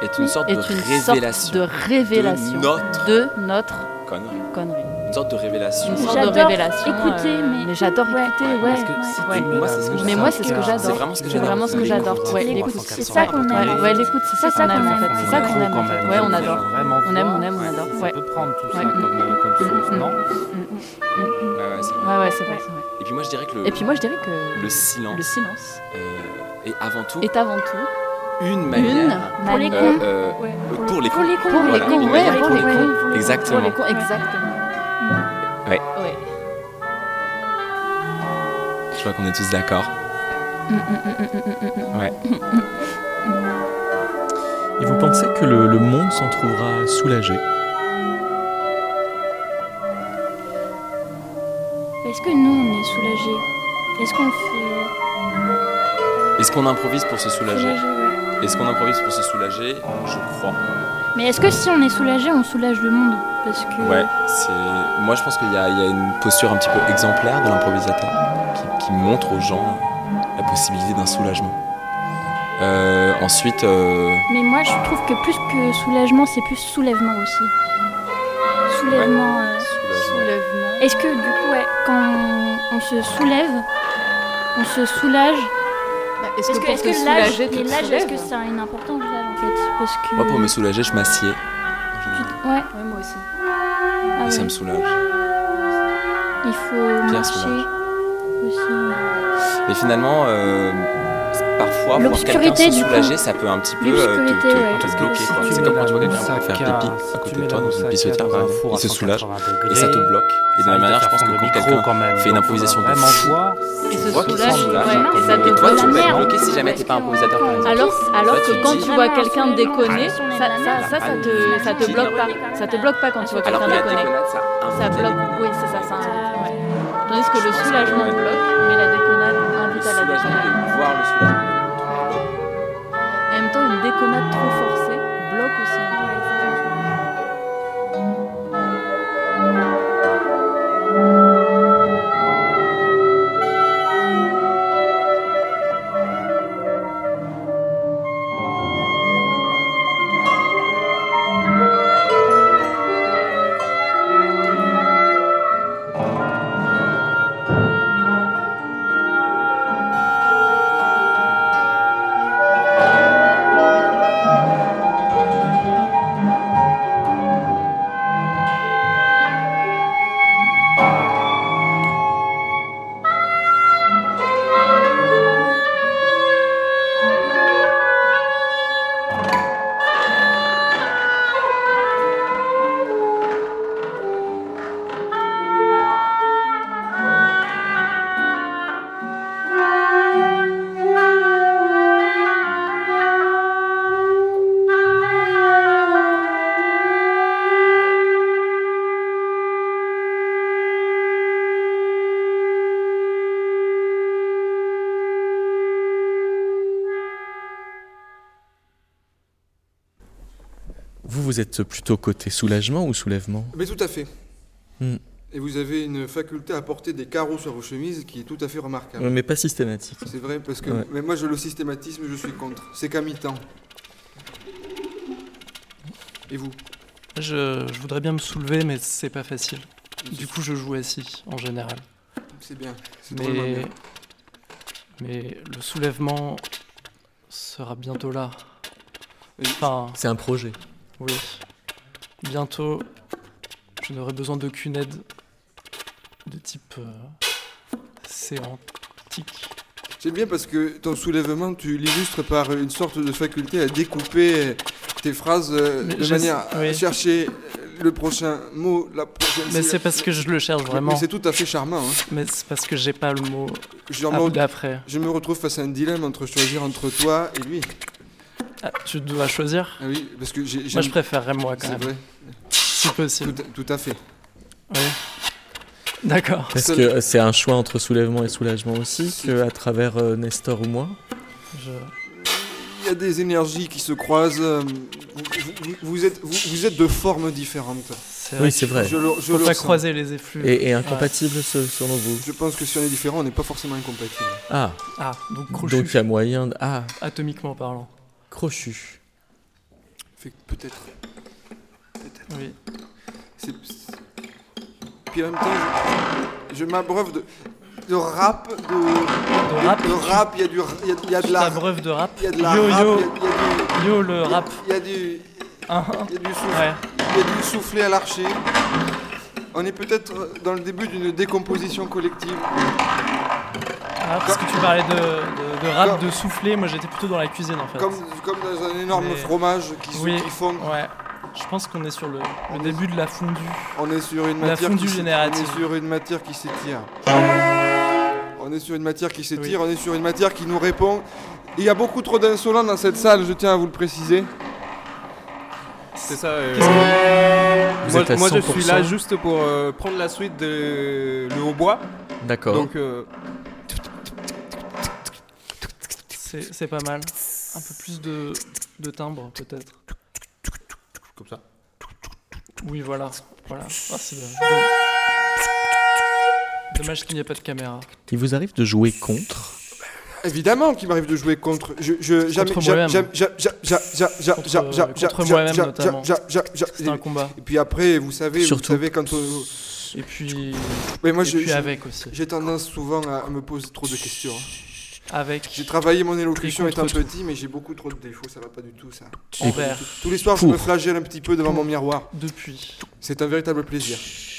[SPEAKER 13] est une sorte
[SPEAKER 14] est
[SPEAKER 13] de
[SPEAKER 14] une sorte
[SPEAKER 13] révélation.
[SPEAKER 14] de révélation
[SPEAKER 13] De notre
[SPEAKER 14] de notre
[SPEAKER 13] connerie.
[SPEAKER 14] connerie.
[SPEAKER 13] Une sorte de révélation.
[SPEAKER 14] Une sorte de révélation.
[SPEAKER 11] écouter,
[SPEAKER 14] euh,
[SPEAKER 11] mais-
[SPEAKER 14] j'adore écouter, ouais.
[SPEAKER 13] Parce que c'est-
[SPEAKER 14] ouais.
[SPEAKER 13] moi, c'est ce que
[SPEAKER 14] mais
[SPEAKER 13] j'adore.
[SPEAKER 14] moi, c'est ce que
[SPEAKER 13] C'est
[SPEAKER 14] j'adore.
[SPEAKER 13] vraiment ce que
[SPEAKER 14] C'est
[SPEAKER 13] j'adore.
[SPEAKER 14] vraiment ce que
[SPEAKER 13] L'écoute.
[SPEAKER 14] j'adore. Ouais,
[SPEAKER 13] L'écoute.
[SPEAKER 14] l'écoute.
[SPEAKER 13] C'est ça qu'on aime.
[SPEAKER 14] Ouais, l'écoute, c'est ça
[SPEAKER 11] C'est ça
[SPEAKER 14] qu'on aime.
[SPEAKER 11] qu'on
[SPEAKER 14] en fait.
[SPEAKER 11] aime.
[SPEAKER 14] C'est ça qu'on aime. en
[SPEAKER 11] Quand
[SPEAKER 14] fait.
[SPEAKER 11] même,
[SPEAKER 14] Ouais, on
[SPEAKER 11] faut
[SPEAKER 14] adore.
[SPEAKER 11] vraiment
[SPEAKER 14] On aime,
[SPEAKER 11] voir.
[SPEAKER 14] on aime, on adore.
[SPEAKER 11] Ça
[SPEAKER 14] Ouais.
[SPEAKER 11] peut
[SPEAKER 3] prendre tout
[SPEAKER 13] ça
[SPEAKER 14] Ouais.
[SPEAKER 13] comme, euh, comme source,
[SPEAKER 14] Mm, mm,
[SPEAKER 13] non
[SPEAKER 14] mm, mm, mm, mm.
[SPEAKER 13] Ouais, ouais, c'est
[SPEAKER 14] Ouais,
[SPEAKER 13] vrai.
[SPEAKER 14] ouais, c'est vrai, c'est vrai.
[SPEAKER 13] Et puis moi, je dirais que le,
[SPEAKER 14] Et puis moi, je dirais que
[SPEAKER 13] le silence,
[SPEAKER 14] le silence
[SPEAKER 13] euh, est avant tout
[SPEAKER 14] est avant tout
[SPEAKER 13] une manière.
[SPEAKER 14] Pour les
[SPEAKER 13] euh,
[SPEAKER 14] cons.
[SPEAKER 13] euh,
[SPEAKER 14] Ouais.
[SPEAKER 13] Pour les cons.
[SPEAKER 14] Pour les cons,
[SPEAKER 13] Voilà,
[SPEAKER 14] pour les
[SPEAKER 13] une
[SPEAKER 14] cons,
[SPEAKER 13] manière
[SPEAKER 14] ouais,
[SPEAKER 13] pour les cons.
[SPEAKER 14] ouais.
[SPEAKER 13] Exactement.
[SPEAKER 14] Pour les cons, exactement.
[SPEAKER 13] Ouais.
[SPEAKER 14] Ouais.
[SPEAKER 13] Je crois qu'on est tous d'accord. Ouais.
[SPEAKER 1] Et vous pensez que le, le monde s'en trouvera soulagé
[SPEAKER 11] Est-ce que nous, on est soulagés Est-ce qu'on fait.
[SPEAKER 13] Est-ce qu'on improvise pour se soulager
[SPEAKER 11] Soulager, ouais.
[SPEAKER 13] Est-ce qu'on improvise pour se soulager Je crois.
[SPEAKER 11] Mais est-ce que si on est soulagé, on soulage le monde Parce que.
[SPEAKER 13] Ouais, c'est. Moi, je pense qu'il y, a il y a une posture un petit peu exemplaire de l'improvisateur qui, qui montre aux gens la possibilité d'un soulagement. Euh, ensuite, euh,
[SPEAKER 11] Mais moi, je trouve que plus que soulagement, c'est plus soulèvement aussi. Soulèvement. euh, Est-ce que du coup, ouais, quand on, on se soulève, on se soulage
[SPEAKER 14] Bah, est-ce que pour
[SPEAKER 11] est-ce
[SPEAKER 14] te
[SPEAKER 11] que l'âge,
[SPEAKER 14] soulager, tu
[SPEAKER 11] mais
[SPEAKER 14] te
[SPEAKER 11] l'âge, est-ce
[SPEAKER 14] soulèves
[SPEAKER 11] que ça a une importance l'âge en fait Parce que.
[SPEAKER 13] moi, pour me soulager, je m'assieds.
[SPEAKER 11] Ouais. Ah moi aussi.
[SPEAKER 14] Ah
[SPEAKER 13] Et ça me soulage.
[SPEAKER 11] Il faut
[SPEAKER 13] Pierre
[SPEAKER 11] marcher
[SPEAKER 13] soulage.
[SPEAKER 11] aussi.
[SPEAKER 13] Mais finalement, euh, parfois, voir
[SPEAKER 11] L'obscurité,
[SPEAKER 13] quelqu'un se
[SPEAKER 11] du coup.
[SPEAKER 13] soulager, ça peut un petit peu euh, te,
[SPEAKER 11] L'obscurité,
[SPEAKER 13] te-
[SPEAKER 11] ouais.
[SPEAKER 13] te
[SPEAKER 11] Parce que
[SPEAKER 13] bloquer.
[SPEAKER 11] si
[SPEAKER 13] quoi.
[SPEAKER 11] tu
[SPEAKER 13] C'est
[SPEAKER 11] mets
[SPEAKER 13] comme
[SPEAKER 11] la
[SPEAKER 13] quand tu vois quelqu'un
[SPEAKER 11] moussaka-
[SPEAKER 13] faire pipi à
[SPEAKER 11] si tu
[SPEAKER 13] côté
[SPEAKER 11] mets
[SPEAKER 13] de toi dans
[SPEAKER 11] la
[SPEAKER 13] une
[SPEAKER 11] moussaka
[SPEAKER 13] pissotière,
[SPEAKER 11] dans un
[SPEAKER 13] bah, il
[SPEAKER 11] four à
[SPEAKER 13] se soulage.
[SPEAKER 11] 180
[SPEAKER 13] Et ça te
[SPEAKER 11] degrés,
[SPEAKER 13] bloque. Et de la
[SPEAKER 11] ça va
[SPEAKER 13] même
[SPEAKER 11] te
[SPEAKER 13] manière, je pense que
[SPEAKER 11] faire prendre
[SPEAKER 13] quand
[SPEAKER 11] le micro quand
[SPEAKER 13] quelqu'un
[SPEAKER 11] même.
[SPEAKER 13] fait une
[SPEAKER 11] Donc, on va
[SPEAKER 13] improvisation de
[SPEAKER 11] vraiment
[SPEAKER 13] fou,
[SPEAKER 11] voir. Et
[SPEAKER 13] tu
[SPEAKER 11] se
[SPEAKER 13] vois qu'il
[SPEAKER 11] soulage,
[SPEAKER 13] soulage.
[SPEAKER 11] ouais,
[SPEAKER 13] Et
[SPEAKER 11] ça te Ah,
[SPEAKER 13] toi, tu
[SPEAKER 11] donne
[SPEAKER 13] peux
[SPEAKER 11] la
[SPEAKER 13] être
[SPEAKER 11] merde.
[SPEAKER 13] bloqué si jamais t'es pas improvisateur, par exemple.
[SPEAKER 14] Alors, alors
[SPEAKER 13] Toi, tu
[SPEAKER 14] que
[SPEAKER 13] te
[SPEAKER 14] quand
[SPEAKER 13] dis,
[SPEAKER 14] tu vois quelqu'un
[SPEAKER 11] vraiment,
[SPEAKER 14] déconner,
[SPEAKER 11] on est
[SPEAKER 14] ça,
[SPEAKER 11] dans
[SPEAKER 14] ça,
[SPEAKER 11] la
[SPEAKER 14] ça, ça
[SPEAKER 11] panne.
[SPEAKER 14] te, ça te
[SPEAKER 11] Si.
[SPEAKER 14] bloque pas. Ça te bloque pas quand tu vois
[SPEAKER 11] Alors
[SPEAKER 14] quelqu'un
[SPEAKER 11] que la
[SPEAKER 14] déconner.
[SPEAKER 11] déconnade, ça
[SPEAKER 14] Ça
[SPEAKER 11] invite la
[SPEAKER 14] bloque. Oui, c'est ça, ça invite. ouais. Tandis que le soulagement bloque, mais la déconnade invite à la déconnade. En même temps, une déconnade trop forcée bloque aussi un peu.
[SPEAKER 1] Vous, vous êtes plutôt côté soulagement ou soulèvement
[SPEAKER 15] Mais tout à fait.
[SPEAKER 1] Hmm.
[SPEAKER 15] Et vous avez une faculté à porter des carreaux sur vos chemises qui est tout à fait remarquable.
[SPEAKER 1] Ouais, Mais pas systématique.
[SPEAKER 15] C'est vrai, parce que
[SPEAKER 1] Ouais.
[SPEAKER 15] mais moi, je le systématisme, je suis contre. C'est qu'à mi-temps. Et vous
[SPEAKER 6] Je, je voudrais bien me soulever, mais c'est pas facile. Du coup, je joue assis, en général.
[SPEAKER 15] C'est bien. C'est drôlement
[SPEAKER 6] Mais,
[SPEAKER 15] bien.
[SPEAKER 6] mais le soulèvement sera bientôt là. Enfin,
[SPEAKER 1] C'est un projet.
[SPEAKER 6] oui. Bientôt, je n'aurai besoin d'aucune aide de type euh, séantique.
[SPEAKER 15] J'aime bien parce que ton soulèvement, tu l'illustres par une sorte de faculté à découper tes phrases euh,
[SPEAKER 6] Mais
[SPEAKER 15] de
[SPEAKER 6] je-
[SPEAKER 15] manière à
[SPEAKER 6] oui.
[SPEAKER 15] chercher le prochain mot, la prochaine
[SPEAKER 6] Mais
[SPEAKER 15] syllabe.
[SPEAKER 6] c'est parce que je le cherche
[SPEAKER 15] Mais-
[SPEAKER 6] vraiment.
[SPEAKER 15] mais c'est tout à fait charmant. hein.
[SPEAKER 6] Mais c'est parce que j'ai pas le mot
[SPEAKER 15] Je
[SPEAKER 6] à-
[SPEAKER 15] me-
[SPEAKER 6] d'après.
[SPEAKER 15] Je me retrouve face à un dilemme entre choisir entre toi et lui.
[SPEAKER 6] Ah, tu dois choisir
[SPEAKER 15] Ah oui, parce que j'ai.
[SPEAKER 6] Moi,
[SPEAKER 15] j'aime-
[SPEAKER 6] je préférerais moi, quand
[SPEAKER 15] C'est
[SPEAKER 6] même.
[SPEAKER 15] vrai.
[SPEAKER 6] Si possible.
[SPEAKER 15] Tout, à fait.
[SPEAKER 6] Oui. D'accord.
[SPEAKER 1] Parce que euh, c'est un choix entre soulèvement et soulagement aussi, que à travers euh, Nestor ou moi.
[SPEAKER 15] Il y a des énergies qui se croisent. euh, Vous, vous- vous êtes, vous, vous êtes de formes différentes.
[SPEAKER 1] Oui, c'est vrai.
[SPEAKER 15] Je le, je
[SPEAKER 6] Faut
[SPEAKER 15] le
[SPEAKER 6] pas
[SPEAKER 15] ressens.
[SPEAKER 6] croiser les effluves.
[SPEAKER 1] Et, et incompatible ce- selon vous.
[SPEAKER 15] Je pense que si on est différent, on n'est pas forcément incompatible.
[SPEAKER 1] Ah.
[SPEAKER 6] Ah, donc crochu.
[SPEAKER 1] Donc il y a moyen. de- Ah,
[SPEAKER 6] Atomiquement parlant.
[SPEAKER 1] crochu.
[SPEAKER 15] Peut-être.
[SPEAKER 6] Oui.
[SPEAKER 15] C'est- c'est- Puis en même temps, je, je m'abreuve de, de rap, de, de
[SPEAKER 6] rap.
[SPEAKER 15] il y a du, r- il y a, il y a de la.
[SPEAKER 6] Bref de rap.
[SPEAKER 15] Il y a de la
[SPEAKER 6] yo,
[SPEAKER 15] rap,
[SPEAKER 6] yo. Ah,
[SPEAKER 15] il y a- il y a du-
[SPEAKER 6] Yo, le rap.
[SPEAKER 15] Il y a du.
[SPEAKER 6] Il
[SPEAKER 15] y a du souffle. Il y a du soufflé à l'archer. On est peut-être dans le début d'une décomposition collective.
[SPEAKER 6] Ah, parce que tu parlais de, de- de rap, de souffler. Moi, j'étais plutôt dans la cuisine, en fait.
[SPEAKER 15] Comme, comme dans un énorme
[SPEAKER 6] Mais-
[SPEAKER 15] fromage qui, se-
[SPEAKER 6] oui,
[SPEAKER 15] qui fond.
[SPEAKER 6] Ouais. Je pense qu'on est sur le, le début de la fondue.
[SPEAKER 15] On est sur une
[SPEAKER 6] La
[SPEAKER 15] matière
[SPEAKER 6] fondue
[SPEAKER 15] qui s'é-
[SPEAKER 6] générative.
[SPEAKER 15] On est sur une matière qui s'étire. On est sur une matière qui s'étire, on est sur une matière qui nous répond. Il y a beaucoup trop d'insolents dans cette salle, je tiens à vous le préciser.
[SPEAKER 16] C'est ça. euh,
[SPEAKER 15] Qu'est-ce que- Vous
[SPEAKER 16] Moi,
[SPEAKER 15] êtes à
[SPEAKER 16] moi, je
[SPEAKER 15] 100%.
[SPEAKER 16] suis là juste pour euh, prendre la suite de le hautbois.
[SPEAKER 1] D'accord.
[SPEAKER 16] Donc euh,
[SPEAKER 6] C'est c'est pas mal. Un peu plus de, de timbre, peut-être.
[SPEAKER 16] comme ça.
[SPEAKER 6] Oui, voilà. Voilà. Ah, c'est dommage. Dommage qu'il n'y a pas de caméra.
[SPEAKER 1] Il vous arrive de jouer contre
[SPEAKER 15] Évidemment qu'il m'arrive de jouer contre. Je, je, jamais, ja-
[SPEAKER 6] moi-même.
[SPEAKER 15] ja- ja- ja- ja- ja- ja-
[SPEAKER 6] Contre-
[SPEAKER 15] ja- ja-
[SPEAKER 6] contre
[SPEAKER 15] ja-
[SPEAKER 6] moi-même,
[SPEAKER 15] ja-
[SPEAKER 6] notamment.
[SPEAKER 15] ja- ja- ja-
[SPEAKER 6] C'était un combat.
[SPEAKER 15] Et puis après, vous savez, vous
[SPEAKER 6] Surtout-
[SPEAKER 15] savez quand on.
[SPEAKER 6] Et puis.
[SPEAKER 15] Mais moi,
[SPEAKER 6] et
[SPEAKER 15] je-
[SPEAKER 6] puis
[SPEAKER 15] je-
[SPEAKER 6] avec aussi.
[SPEAKER 15] J'ai tendance souvent à me poser trop de questions. hein.
[SPEAKER 6] Avec.
[SPEAKER 15] J'ai travaillé mon élocution
[SPEAKER 6] Et
[SPEAKER 15] étant
[SPEAKER 6] contre
[SPEAKER 15] petit, mais j'ai beaucoup trop de défauts, ça va pas du tout ça.
[SPEAKER 6] Et Envers.
[SPEAKER 15] Tous les soirs, je me
[SPEAKER 6] pour.
[SPEAKER 15] flagelle un petit peu devant mon miroir.
[SPEAKER 6] Depuis.
[SPEAKER 15] C'est un véritable plaisir.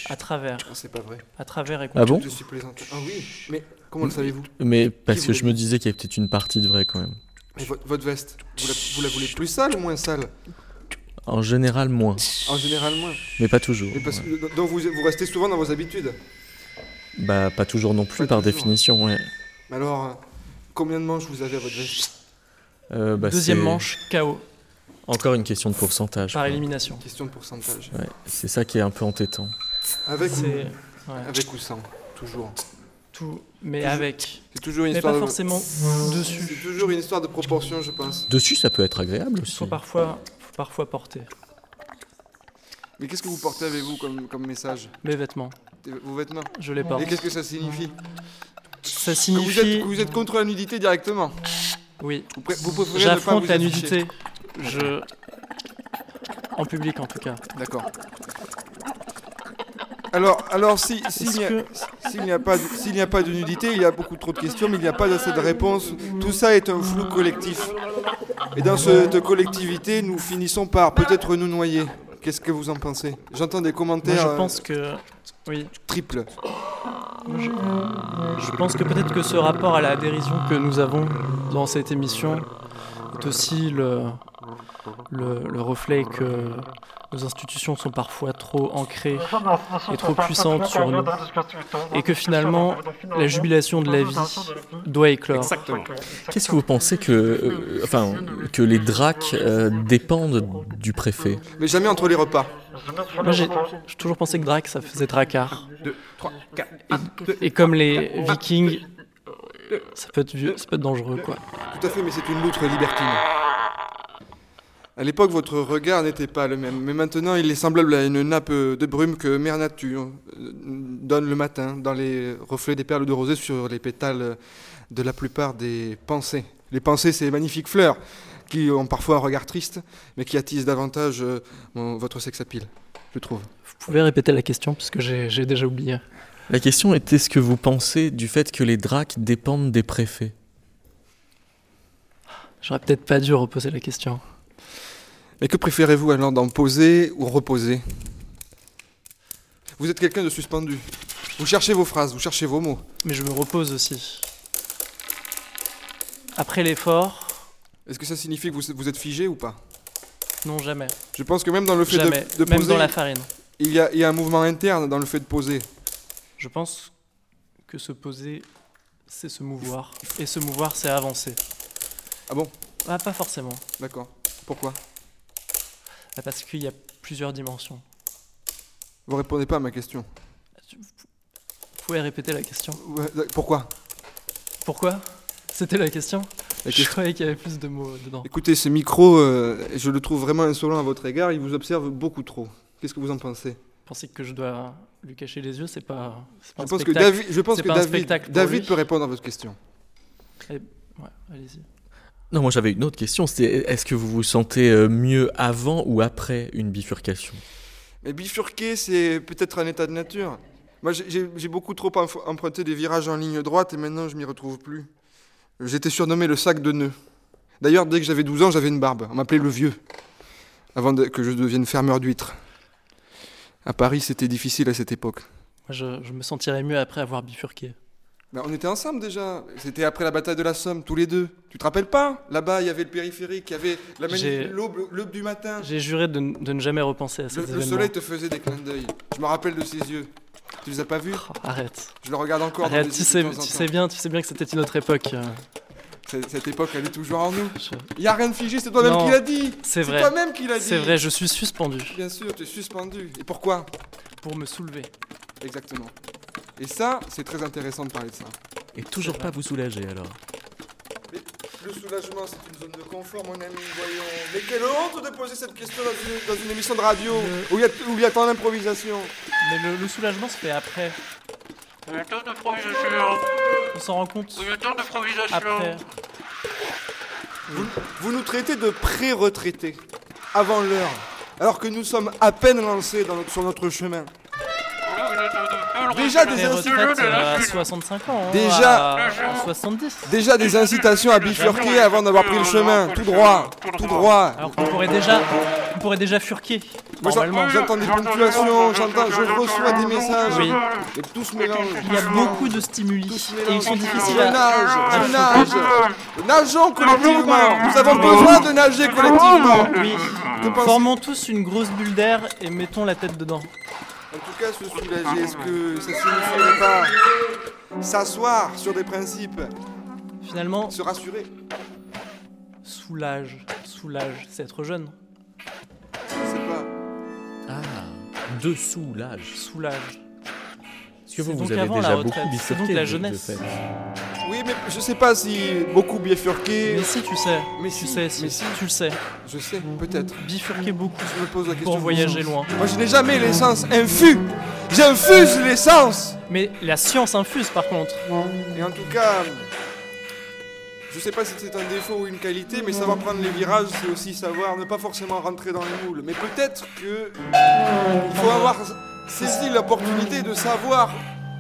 [SPEAKER 6] À travers.
[SPEAKER 15] Oh, c'est pas vrai.
[SPEAKER 6] À travers et
[SPEAKER 1] Ah bon
[SPEAKER 15] Je suis plaisantant. Ah oui, mais comment le savez-vous
[SPEAKER 1] Mais parce
[SPEAKER 15] Qui
[SPEAKER 1] que
[SPEAKER 15] vous
[SPEAKER 1] je me disais qu'il y avait peut-être une partie de vrai quand même.
[SPEAKER 15] Mais votre, votre veste, vous la, vous la voulez plus sale ou moins sale
[SPEAKER 1] En général, moins.
[SPEAKER 15] En général, moins.
[SPEAKER 1] Mais pas toujours.
[SPEAKER 15] Mais parce que- donc vous, vous restez souvent dans vos habitudes.
[SPEAKER 1] Bah, pas toujours non plus,
[SPEAKER 15] Pas
[SPEAKER 1] par
[SPEAKER 15] toujours.
[SPEAKER 1] définition, ouais.
[SPEAKER 15] Mais alors, euh, combien de manches vous avez à votre veste
[SPEAKER 1] Euh, bah,
[SPEAKER 6] Deuxième
[SPEAKER 1] c'est
[SPEAKER 6] manche, KO.
[SPEAKER 1] Encore une question de pourcentage.
[SPEAKER 6] Par
[SPEAKER 1] quoi.
[SPEAKER 6] élimination.
[SPEAKER 15] Question de pourcentage.
[SPEAKER 1] Ouais, c'est ça qui est un peu entêtant.
[SPEAKER 15] Avec ou,
[SPEAKER 6] C'est-
[SPEAKER 15] avec ou sans Toujours.
[SPEAKER 6] Tout. Mais
[SPEAKER 15] Toujours-
[SPEAKER 6] avec.
[SPEAKER 15] C'est toujours une
[SPEAKER 6] Mais
[SPEAKER 15] histoire
[SPEAKER 6] pas
[SPEAKER 15] de-
[SPEAKER 6] forcément dessus.
[SPEAKER 15] C'est toujours une histoire de proportion, je pense.
[SPEAKER 1] Dessus, ça peut être agréable
[SPEAKER 6] Il faut
[SPEAKER 1] aussi.
[SPEAKER 6] parfois, faut parfois porter
[SPEAKER 15] Mais qu'est-ce que vous portez avec vous comme, comme message
[SPEAKER 6] mes vêtements.
[SPEAKER 15] Vos vêtements
[SPEAKER 6] Je les porte.
[SPEAKER 15] Et qu'est-ce que ça signifie
[SPEAKER 6] Ça
[SPEAKER 15] Que
[SPEAKER 6] signifie.
[SPEAKER 15] Vous êtes, que vous êtes contre la nudité directement
[SPEAKER 6] Oui.
[SPEAKER 15] Vous, pré- vous préférez ne pas
[SPEAKER 6] J'affronte
[SPEAKER 15] vous
[SPEAKER 6] la
[SPEAKER 15] afficher.
[SPEAKER 6] nudité. Je. En public en tout cas.
[SPEAKER 15] D'accord. Alors, alors si, s'il n'y a, s'il n'y a pas de- s'il n'y a pas de nudité, il y a beaucoup trop de questions, mais il n'y a pas assez de réponses. Tout ça est un flou collectif. Et dans cette collectivité, nous finissons par peut-être nous noyer. Qu'est-ce que vous en pensez J'entends des
[SPEAKER 6] Moi,
[SPEAKER 15] commentaires euh,
[SPEAKER 6] je pense que. Oui.
[SPEAKER 15] Triple.
[SPEAKER 6] Je, je pense que peut-être que ce rapport à la dérision que nous avons dans cette émission est aussi le, le, le reflet que nos institutions sont parfois trop ancrées et trop puissantes sur nous. Et que finalement, la jubilation de la vie doit éclore.
[SPEAKER 16] Exactement.
[SPEAKER 1] Qu'est-ce que vous pensez que, euh, enfin, que les dracs euh, dépendent du préfet
[SPEAKER 15] euh, mais jamais entre les repas.
[SPEAKER 6] Moi, j'ai j'ai toujours pensé que Drac, ça faisait Drakkar. Et, et comme les Vikings, ça peut être, vieux, ça peut être dangereux, quoi.
[SPEAKER 15] Tout à fait, mais c'est une loutre libertine. À l'époque, votre regard n'était pas le même, mais maintenant, il est semblable à une nappe euh, de brume que Mère Nature euh, donne le matin dans les reflets des perles de rosée sur les pétales de la plupart des pensées. Les pensées, ces magnifiques fleurs qui ont parfois un regard triste, mais qui attisent davantage euh, mon- votre sex appeal, je trouve.
[SPEAKER 6] Vous pouvez répéter la question, parce que j'ai j'ai déjà oublié.
[SPEAKER 1] La question était ce que vous pensez du fait que les dracs dépendent des préfets
[SPEAKER 6] J'aurais peut-être pas dû reposer la question.
[SPEAKER 15] Mais que préférez-vous alors d'en poser ou reposer Vous êtes quelqu'un de suspendu. Vous cherchez vos phrases, vous cherchez vos mots.
[SPEAKER 6] Mais je me repose aussi. Après l'effort,
[SPEAKER 15] Est-ce que ça signifie que vous, vous êtes figé ou pas
[SPEAKER 6] non, jamais.
[SPEAKER 15] Je pense que même dans le fait de-
[SPEAKER 6] Jamais.
[SPEAKER 15] de,
[SPEAKER 6] Même
[SPEAKER 15] poser,
[SPEAKER 6] dans la farine.
[SPEAKER 15] Il y, a, il y a un mouvement interne dans le fait de poser.
[SPEAKER 6] Je pense que se poser, c'est se mouvoir. Et se mouvoir, c'est avancer.
[SPEAKER 15] Ah bon
[SPEAKER 6] Ah, pas forcément.
[SPEAKER 15] D'accord. Pourquoi
[SPEAKER 6] Ah, Parce qu'il y a plusieurs dimensions.
[SPEAKER 15] Vous répondez pas à ma question.
[SPEAKER 6] Vous pouvez répéter la question
[SPEAKER 15] Ouais, d'ac- Pourquoi
[SPEAKER 6] Pourquoi C'était la question
[SPEAKER 15] La
[SPEAKER 6] Je
[SPEAKER 15] question.
[SPEAKER 6] croyais qu'il y avait plus de mots dedans.
[SPEAKER 15] Écoutez, ce micro, euh, je le trouve vraiment insolent à votre égard. Il vous observe beaucoup trop. Qu'est-ce que vous en pensez
[SPEAKER 6] Penser que je dois lui cacher les yeux, c'est pas, c'est pas
[SPEAKER 15] Je
[SPEAKER 6] un
[SPEAKER 15] pense que
[SPEAKER 6] spectacle.
[SPEAKER 15] David, je pense
[SPEAKER 6] C'est
[SPEAKER 15] que
[SPEAKER 6] pas un
[SPEAKER 15] David,
[SPEAKER 6] spectacle pour
[SPEAKER 15] David
[SPEAKER 6] lui.
[SPEAKER 15] peut répondre à votre question.
[SPEAKER 6] Allez, ouais, allez-y.
[SPEAKER 1] Non, moi j'avais une autre question, c'était est-ce que vous vous sentez euh, mieux avant ou après une bifurcation
[SPEAKER 15] Mais bifurquer, c'est peut-être un état de nature. Moi, j'ai- j'ai j'ai beaucoup trop empr- emprunté des virages en ligne droite et maintenant, je m'y retrouve plus. J'étais surnommé le sac de nœuds. D'ailleurs, dès que j'avais 12 ans, j'avais une barbe. On m'appelait le vieux, avant de- que je devienne fermeur d'huîtres. À Paris, c'était difficile à cette époque.
[SPEAKER 6] Moi, je, je me sentirais mieux après avoir bifurqué.
[SPEAKER 15] Mais Ben, on était ensemble déjà. C'était après la bataille de la Somme, tous les deux. Tu te rappelles pas Là-bas, il y avait le périphérique, il y avait la magnifique-
[SPEAKER 6] J'ai-
[SPEAKER 15] l'aube l'aube du matin.
[SPEAKER 6] J'ai juré de, n- de ne jamais repenser à ces
[SPEAKER 15] Le, le
[SPEAKER 6] événements.
[SPEAKER 15] soleil te faisait des clins d'œil. Je me rappelle de ses yeux. Tu les as pas vus
[SPEAKER 6] Oh, Arrête.
[SPEAKER 15] Je le regarde encore. dans
[SPEAKER 6] Arrête,
[SPEAKER 15] les
[SPEAKER 6] tu
[SPEAKER 15] yeux de
[SPEAKER 6] sais,
[SPEAKER 15] temps en
[SPEAKER 6] tu
[SPEAKER 15] temps.
[SPEAKER 6] sais bien, tu sais bien que c'était une autre époque. euh.
[SPEAKER 15] Cette, cette époque, elle est toujours en nous. Il y a rien de figé, c'est toi-même
[SPEAKER 6] Non,
[SPEAKER 15] qui l'as dit.
[SPEAKER 6] C'est vrai.
[SPEAKER 15] toi-même qui l'as dit.
[SPEAKER 6] C'est vrai, je suis suspendu.
[SPEAKER 15] Bien sûr, tu es suspendu. Et pourquoi
[SPEAKER 6] Pour me soulever.
[SPEAKER 15] Exactement. Et ça, c'est très intéressant de parler de ça.
[SPEAKER 1] Et toujours pas vous soulager alors
[SPEAKER 15] Le soulagement, c'est une zone de confort, mon ami. Voyons. Mais quelle honte de poser cette question dans une, dans une émission de radio où il y a- où il y a tant d'improvisation.
[SPEAKER 6] Mais le, le soulagement se fait après.
[SPEAKER 17] Le temps d'improvisation.
[SPEAKER 6] On s'en rend compte
[SPEAKER 17] Le temps d'improvisation.
[SPEAKER 6] après.
[SPEAKER 15] Vous nous traitez de pré-retraités, avant l'heure, alors que nous sommes à peine lancés dans notre- sur notre chemin. Déjà des
[SPEAKER 6] Les retraites,
[SPEAKER 15] incitations.
[SPEAKER 6] euh, à 65 ans. hein,
[SPEAKER 15] Déjà,
[SPEAKER 6] à- à 70.
[SPEAKER 15] déjà des incitations à bifurquer avant d'avoir pris le chemin, tout droit, tout droit.
[SPEAKER 6] Alors qu'on pourrait déjà, on pourrait déjà furquer.
[SPEAKER 15] Moi, j'en-
[SPEAKER 6] normalement.
[SPEAKER 15] j'entends des ponctuations, j'entends, je reçois des messages,
[SPEAKER 6] Oui.
[SPEAKER 15] et tout se mélange.
[SPEAKER 6] Il y a beaucoup de stimuli et ils sont difficiles
[SPEAKER 15] Je
[SPEAKER 6] à.
[SPEAKER 15] nage,
[SPEAKER 6] à
[SPEAKER 15] je
[SPEAKER 6] furquer.
[SPEAKER 15] nage. Nageons collectivement. Nous avons besoin de nager collectivement.
[SPEAKER 6] Oui.
[SPEAKER 15] Que pensez-
[SPEAKER 6] Formons tous une grosse bulle d'air et mettons la tête dedans.
[SPEAKER 15] En tout cas, se soulager, est-ce que ça signifierait pas s'asseoir sur des principes
[SPEAKER 6] Finalement,
[SPEAKER 15] se rassurer
[SPEAKER 6] Soulage, soulage, c'est être jeune.
[SPEAKER 1] Ah, de soulage.
[SPEAKER 6] Soulage.
[SPEAKER 1] Est-ce que vous,
[SPEAKER 6] C'est
[SPEAKER 1] vous
[SPEAKER 6] donc
[SPEAKER 1] avez
[SPEAKER 6] avant
[SPEAKER 1] déjà
[SPEAKER 6] la
[SPEAKER 1] beaucoup
[SPEAKER 6] retraite, c'est
[SPEAKER 1] bifurqué
[SPEAKER 6] donc la
[SPEAKER 1] de- de
[SPEAKER 6] jeunesse.
[SPEAKER 1] fait
[SPEAKER 15] Oui, mais je sais pas si beaucoup bifurqué.
[SPEAKER 6] Mais si tu sais,
[SPEAKER 15] mais
[SPEAKER 6] tu sais, si, tu le sais.
[SPEAKER 15] Je sais, peut-être.
[SPEAKER 6] Bifurquer beaucoup.
[SPEAKER 15] Je me pose la question.
[SPEAKER 6] Pour voyager loin.
[SPEAKER 15] Moi, je n'ai jamais l'essence infus. J'infuse l'essence.
[SPEAKER 6] Mais la science infuse par contre.
[SPEAKER 15] Et en tout cas, je sais pas si c'est un défaut ou une qualité, mais savoir prendre les virages, c'est aussi savoir ne pas forcément rentrer dans les moules. Mais peut-être que il faut avoir saisi l'opportunité de savoir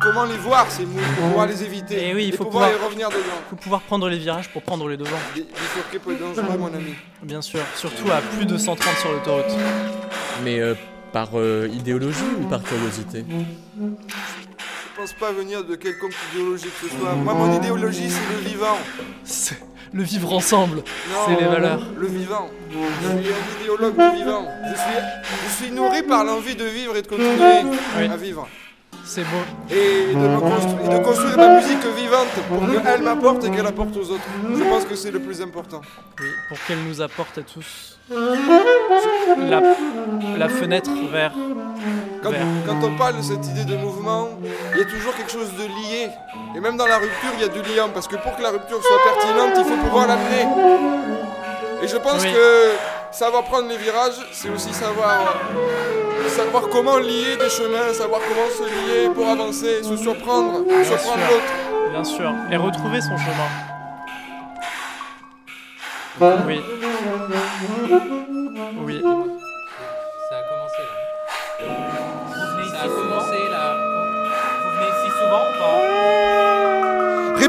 [SPEAKER 15] comment les voir ces moules pour pouvoir les éviter
[SPEAKER 6] Et Eh oui, il faut
[SPEAKER 15] pouvoir,
[SPEAKER 6] pouvoir,
[SPEAKER 15] les revenir dedans.
[SPEAKER 6] faut pouvoir prendre les virages pour prendre les devants.
[SPEAKER 15] Bifurquer peut être dangereux, mon ami.
[SPEAKER 6] Bien sûr, surtout à plus de 130 sur l'autoroute.
[SPEAKER 1] Mais euh, par euh, idéologie ou par curiosité
[SPEAKER 15] Je pense pas venir de quelconque idéologie que ce soit. Moi, mon idéologie, c'est le vivant.
[SPEAKER 6] C'est le vivre ensemble,
[SPEAKER 15] Non,
[SPEAKER 6] c'est les valeurs.
[SPEAKER 15] Le vivant. Je suis un idéologue du vivant. Je suis, je suis nourri par l'envie de vivre et de continuer
[SPEAKER 6] Oui.
[SPEAKER 15] à vivre.
[SPEAKER 6] C'est beau.
[SPEAKER 15] Et de,
[SPEAKER 6] Mmh.
[SPEAKER 15] me constru- et de construire ma musique vivante pour qu'elle m'apporte et qu'elle apporte aux autres. Je pense que c'est le plus important.
[SPEAKER 6] Oui, pour qu'elle nous apporte à tous la,
[SPEAKER 15] La,
[SPEAKER 6] la fenêtre vers.
[SPEAKER 15] Quand,
[SPEAKER 6] vers.
[SPEAKER 15] quand on parle de cette idée de mouvement, il y a toujours quelque chose de lié. Et même dans la rupture, il y a du lien. Parce que pour que la rupture soit pertinente, il faut pouvoir l'amener. Et je pense que savoir prendre les virages, c'est aussi savoir, savoir comment lier des chemins, savoir comment se lier pour avancer, se surprendre,
[SPEAKER 6] Bien sûr,
[SPEAKER 15] surprendre l'autre.
[SPEAKER 6] bien sûr. Et retrouver son chemin. Oui. Oui.
[SPEAKER 17] Ça a commencé là. Vous venez ici souvent Vous venez ici souvent ou pas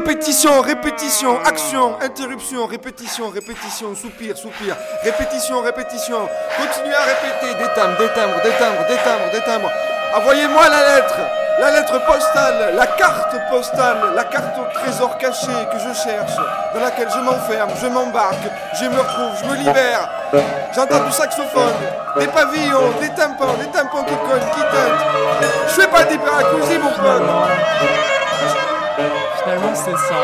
[SPEAKER 15] Répétition, répétition, action, interruption, répétition, répétition, soupir, soupir, répétition, répétition. Continuez à répéter, détambre, détambre, détambre, détambre, détambre. Envoyez-moi la lettre, la lettre postale, la carte postale, la carte au trésor caché que je cherche, dans laquelle je m'enferme, je m'embarque, je me retrouve, je me libère. J'entends du saxophone, des pavillons, des tympans, des tympans qui collent, qui teintent. Je fais pas d'hyperacousie, mon pote.
[SPEAKER 6] Finalement, c'est ça.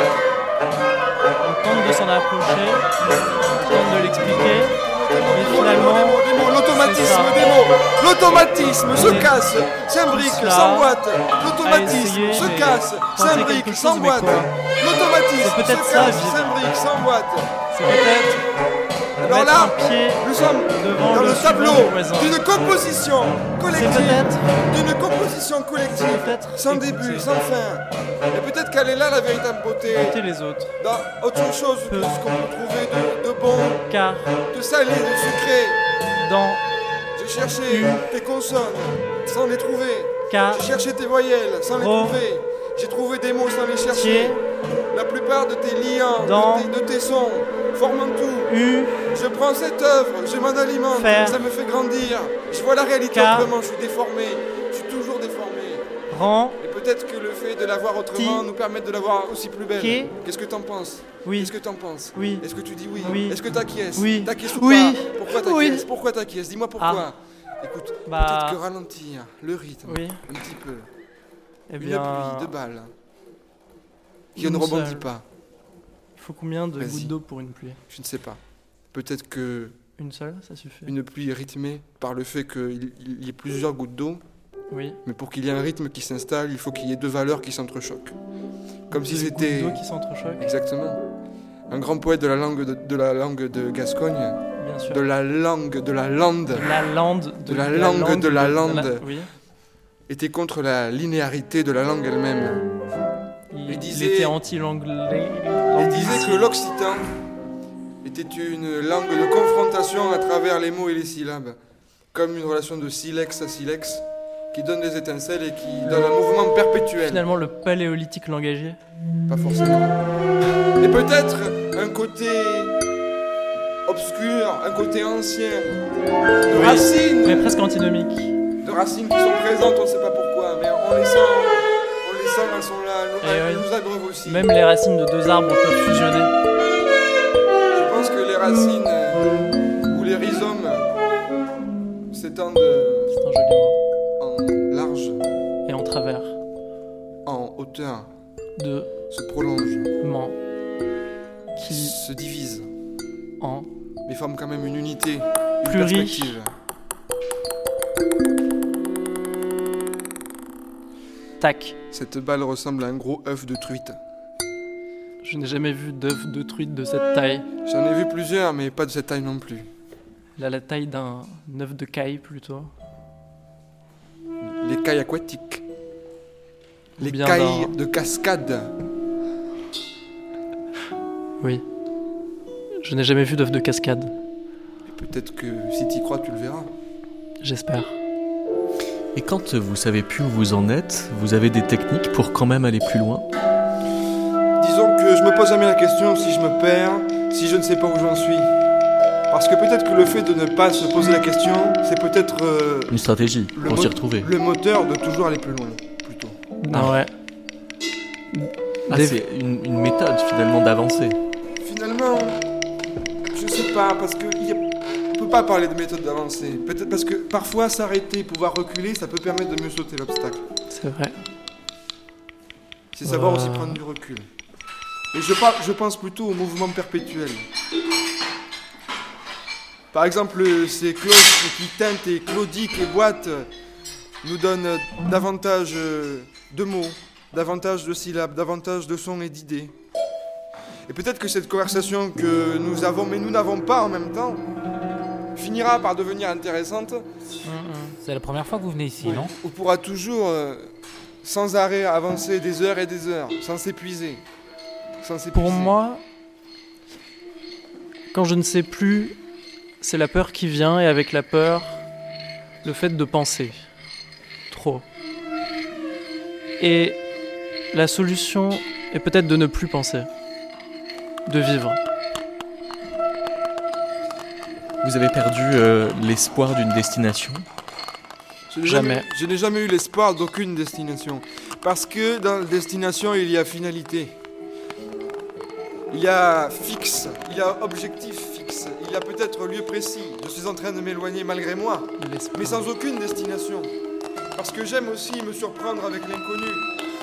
[SPEAKER 6] On tente de s'en approcher, on tente de l'expliquer, mais finalement.
[SPEAKER 15] L'automatisme
[SPEAKER 6] Ah.
[SPEAKER 15] des mots, l'automatisme se casse, s'imbrique, s'emboîte. L'automatisme se casse, s'imbrique, s'emboîte. L'automatisme se casse, s'imbrique, s'emboîte.
[SPEAKER 6] C'est peut-être.
[SPEAKER 15] Alors là, nous sommes dans
[SPEAKER 6] le
[SPEAKER 15] le
[SPEAKER 6] sujet
[SPEAKER 15] tableau
[SPEAKER 6] voisin.
[SPEAKER 15] d'une composition collective, d'une composition collective, sans début, sans fin. Et peut-être qu'elle est là la véritable beauté.
[SPEAKER 6] Écoutez les autres.
[SPEAKER 15] Dans autre chose que ce qu'on peut trouver de, de bon,
[SPEAKER 6] Car
[SPEAKER 15] de salé, de sucré.
[SPEAKER 6] Dans.
[SPEAKER 15] J'ai cherché tes consonnes sans les trouver.
[SPEAKER 6] Car-
[SPEAKER 15] J'ai cherché tes voyelles sans les
[SPEAKER 6] Ro-
[SPEAKER 15] trouver. J'ai trouvé des mots sans les
[SPEAKER 6] Tier-
[SPEAKER 15] chercher. La plupart de tes liens,
[SPEAKER 6] Dans-
[SPEAKER 15] de, tes, de tes sons, forment un tout.
[SPEAKER 6] U.
[SPEAKER 15] Je prends cette œuvre, je m'en alimente,
[SPEAKER 6] Faire-
[SPEAKER 15] ça me fait grandir. Je vois la réalité
[SPEAKER 6] Car-
[SPEAKER 15] autrement, je suis déformé. Je suis toujours déformé.
[SPEAKER 6] Rend.
[SPEAKER 15] Et peut-être que le fait de la voir autrement nous permet de la voir aussi plus belle.
[SPEAKER 6] Qui-
[SPEAKER 15] Qu'est-ce que t'en penses
[SPEAKER 6] Oui.
[SPEAKER 15] Qu'est-ce que t'en penses
[SPEAKER 6] Oui.
[SPEAKER 15] Est-ce que tu dis oui,
[SPEAKER 6] Oui.
[SPEAKER 15] Est-ce que t'acquiesces
[SPEAKER 6] Oui.
[SPEAKER 15] T'acquiesces ou
[SPEAKER 6] Oui. Ah.
[SPEAKER 15] pas Pourquoi t'acquiesces Pourquoi t'acquiesces Dis-moi pourquoi. Écoute,
[SPEAKER 6] Bah.
[SPEAKER 15] peut-être que ralentir le rythme
[SPEAKER 6] Oui.
[SPEAKER 15] un petit peu.
[SPEAKER 6] Eh
[SPEAKER 15] Une
[SPEAKER 6] bien,
[SPEAKER 15] pluie de balles qui ne
[SPEAKER 6] une
[SPEAKER 15] rebondit
[SPEAKER 6] seule.
[SPEAKER 15] pas.
[SPEAKER 6] Il faut combien de
[SPEAKER 15] Vas-y.
[SPEAKER 6] gouttes d'eau pour une pluie
[SPEAKER 15] Je ne sais pas. Peut-être que
[SPEAKER 6] Une seule, ça suffit.
[SPEAKER 15] une pluie rythmée par le fait qu'il il y ait plusieurs gouttes d'eau.
[SPEAKER 6] Oui.
[SPEAKER 15] Mais pour qu'il y ait un rythme qui s'installe, il faut qu'il y ait deux valeurs qui s'entrechoquent. Comme si
[SPEAKER 6] Deux
[SPEAKER 15] c'était.
[SPEAKER 6] gouttes d'eau qui s'entrechoquent.
[SPEAKER 15] Exactement. un grand poète de la langue de, de la langue de Gascogne.
[SPEAKER 6] Bien sûr.
[SPEAKER 15] De la langue de la lande.
[SPEAKER 6] La lande
[SPEAKER 15] de, la, langue de la lande.
[SPEAKER 6] Oui.
[SPEAKER 15] Était contre la linéarité de la langue elle-même.
[SPEAKER 6] Il, il était anti-l'anglais.
[SPEAKER 15] Il disait que l'occitan était une langue de confrontation à travers les mots et les syllabes, comme une relation de silex à silex qui donne des étincelles et qui donne un mouvement perpétuel.
[SPEAKER 6] Finalement, le paléolithique langagier. Eh
[SPEAKER 15] Pas forcément. Et peut-être un côté obscur, un côté ancien, de
[SPEAKER 6] Oui,
[SPEAKER 15] racines,
[SPEAKER 6] Mais presque antinomique.
[SPEAKER 15] de racines qui sont présentes, on ne sait pas pourquoi, mais on les sent, on les sent, elles sont là, elles,
[SPEAKER 6] Eh
[SPEAKER 15] elles
[SPEAKER 6] ouais.
[SPEAKER 15] nous abreuvent aussi.
[SPEAKER 6] Même les racines de deux arbres peuvent fusionner.
[SPEAKER 15] Je pense que les racines euh, ou les rhizomes euh, s'étendent euh, en large,
[SPEAKER 6] Et en travers.
[SPEAKER 15] en hauteur,
[SPEAKER 6] De.
[SPEAKER 15] se prolongent,
[SPEAKER 6] Ment.
[SPEAKER 15] qui se divisent,
[SPEAKER 6] En.
[SPEAKER 15] mais forment quand même une unité, une
[SPEAKER 6] Plus riche.
[SPEAKER 15] perspective.
[SPEAKER 6] Tac.
[SPEAKER 15] Cette balle ressemble à un gros œuf de truite.
[SPEAKER 6] Je n'ai jamais vu d'œuf de truite de cette taille.
[SPEAKER 15] J'en ai vu plusieurs, mais pas de cette taille non plus.
[SPEAKER 6] Là, la taille d'un œuf de caille plutôt.
[SPEAKER 15] Les cailles aquatiques,
[SPEAKER 6] Ou
[SPEAKER 15] les
[SPEAKER 6] bien
[SPEAKER 15] cailles
[SPEAKER 6] d'un-
[SPEAKER 15] de cascade.
[SPEAKER 6] Oui. Je n'ai jamais vu d'œuf de cascade.
[SPEAKER 15] Peut-être que si t'y crois, tu le verras.
[SPEAKER 6] J'espère.
[SPEAKER 1] Et quand vous savez plus où vous en êtes, vous avez des techniques pour quand même aller plus loin
[SPEAKER 15] Disons que je me pose jamais la question si je me perds, si je ne sais pas où j'en suis. Parce que peut-être que le fait de ne pas se poser la question, c'est peut-être euh,
[SPEAKER 1] Une stratégie
[SPEAKER 15] le,
[SPEAKER 1] pour s'y
[SPEAKER 15] mo-
[SPEAKER 1] retrouver.
[SPEAKER 15] le moteur de toujours aller plus loin.
[SPEAKER 6] Ah ouais.
[SPEAKER 1] Ah,
[SPEAKER 6] Des-
[SPEAKER 1] c'est une, une méthode finalement d'avancer.
[SPEAKER 15] Finalement, je sais pas, parce que y a- on peut pas parler de méthode d'avancée. Peut-être parce que parfois s'arrêter, pouvoir reculer, ça peut permettre de mieux sauter l'obstacle.
[SPEAKER 6] C'est vrai.
[SPEAKER 15] C'est savoir
[SPEAKER 6] Euh.
[SPEAKER 15] aussi prendre du recul. Et je, par- je pense plutôt au mouvement perpétuel. Par exemple, euh, ces Claude qui teintent et Claudique et Boite euh, nous donnent euh, davantage euh, de mots, davantage de syllabes, davantage de sons et d'idées. Et peut-être que cette conversation que nous avons, mais nous n'avons pas en même temps, finira par devenir intéressante
[SPEAKER 3] Mm,
[SPEAKER 17] C'est la première fois que vous venez ici, non
[SPEAKER 15] on pourra toujours, euh, sans arrêt, avancer des heures et des heures, sans s'épuiser. Sans s'épuiser.
[SPEAKER 6] Pour moi, quand je ne sais plus, c'est la peur qui vient et avec la peur, le fait de penser. Trop. Et la solution est peut-être de ne plus penser. De vivre.
[SPEAKER 1] Vous avez perdu euh, l'espoir d'une destination
[SPEAKER 15] Je n'ai
[SPEAKER 1] Jamais.
[SPEAKER 15] je n'ai jamais eu l'espoir d'aucune destination. Parce que dans la destination, il y a finalité. Il y a fixe, il y a objectif fixe, il y a peut-être lieu précis. Je suis en train de m'éloigner malgré moi, mais sans aucune destination. Parce que j'aime aussi me surprendre avec l'inconnu.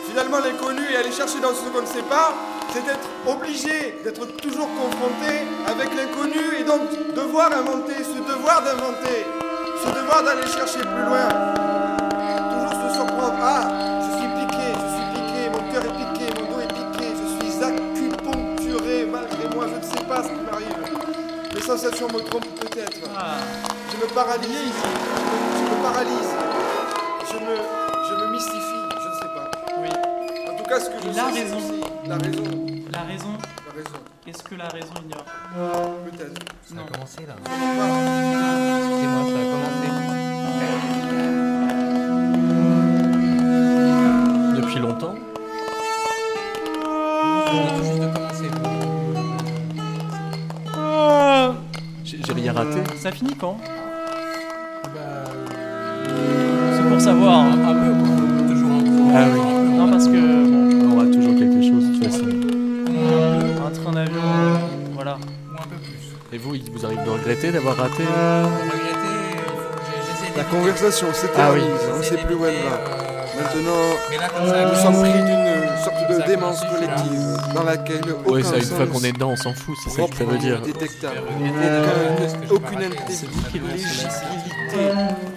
[SPEAKER 15] Finalement, l'inconnu et aller chercher dans ce qu'on ne sait pas, c'est d'être obligé d'être toujours confronté avec l'inconnu et donc devoir inventer, ce devoir d'inventer, ce devoir d'aller chercher plus loin. Toujours se surprendre. Ah, je suis piqué, je suis piqué, mon cœur est piqué, mon dos est piqué, je suis acupuncturé malgré moi, je ne sais pas ce qui m'arrive. Les sensations me trompent peut-être.
[SPEAKER 6] Ah.
[SPEAKER 15] Je me paralyse, je me, je me paralyse, je me, je me mystifie, je ne sais pas.
[SPEAKER 6] Oui.
[SPEAKER 15] En tout cas, ce que je
[SPEAKER 6] Et
[SPEAKER 15] sais,
[SPEAKER 6] la
[SPEAKER 15] c'est
[SPEAKER 6] raison.
[SPEAKER 15] aussi la raison.
[SPEAKER 6] La raison,
[SPEAKER 15] La raison.
[SPEAKER 6] qu'est-ce que la raison ignore
[SPEAKER 15] Peut-être.
[SPEAKER 17] Ça a commencé là.
[SPEAKER 15] Voilà.
[SPEAKER 17] Excusez-moi, ça a commencé.
[SPEAKER 1] Depuis longtemps J'ai j'ai rien raté.
[SPEAKER 6] Ça finit quand Eh ben, euh, C'est pour savoir. Un peu, Toujours Ah oui. Non, parce que. bon,
[SPEAKER 1] On aura toujours quelque chose de toute façon.
[SPEAKER 6] un train d'avion, voilà.
[SPEAKER 1] Et vous, il vous arrive de regretter d'avoir raté
[SPEAKER 15] La conversation s'est
[SPEAKER 1] Ah oui.
[SPEAKER 15] terminée, on ne sait plus où elle va.
[SPEAKER 17] ça a
[SPEAKER 15] Maintenant, nous sommes pris d'une sorte de démence collective dans laquelle aucun
[SPEAKER 1] Ouais, ça, une
[SPEAKER 15] sens
[SPEAKER 1] fois qu'on est dedans, on s'en fout, c'est ça que ça
[SPEAKER 15] propre
[SPEAKER 1] veut
[SPEAKER 15] n'est
[SPEAKER 1] dire.
[SPEAKER 15] détectable. Aucun- Aucune intelligibilité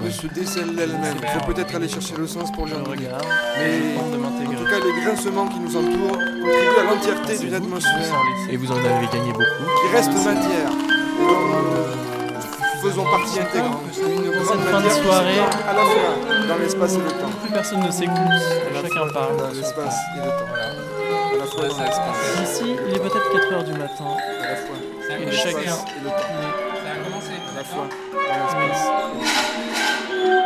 [SPEAKER 15] ne se décèle d'elle-même. Il faut peut-être aller chercher le sens pour le regarder. Mais en tout vocales et grincements qui nous entourent contribuent à l'entièreté d'une atmosphère
[SPEAKER 10] Et vous en avez gagné beaucoup.
[SPEAKER 15] qui reste matière et dont nous faisons partie intégrante. Une grande
[SPEAKER 6] cette fin de
[SPEAKER 15] matière qui
[SPEAKER 6] soirée.
[SPEAKER 15] s'étend à la fois dans l'espace et le temps.
[SPEAKER 6] Plus personne ne s'écoute, chacun parle.
[SPEAKER 15] Dans l'espace et le temps. À la fois dans l'espace.
[SPEAKER 6] Ici, il est peut-être 4 heures du matin.
[SPEAKER 15] À la fois.
[SPEAKER 6] Et chacun.
[SPEAKER 15] et le temps.
[SPEAKER 17] Ça a commencé.
[SPEAKER 15] À la fois dans l'espace et le temps.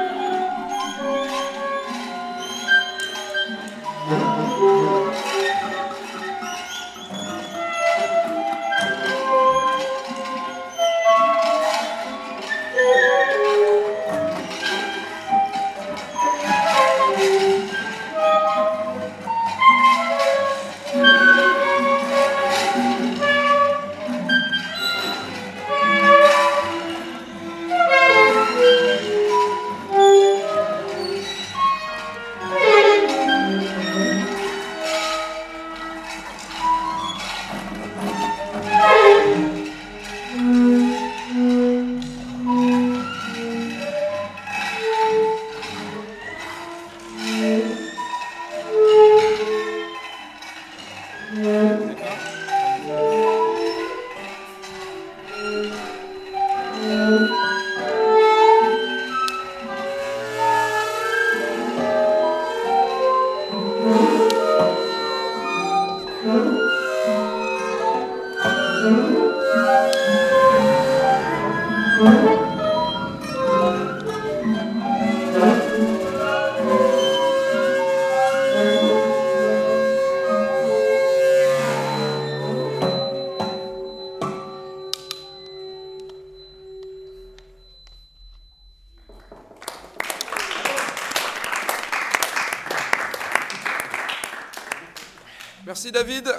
[SPEAKER 15] Merci David.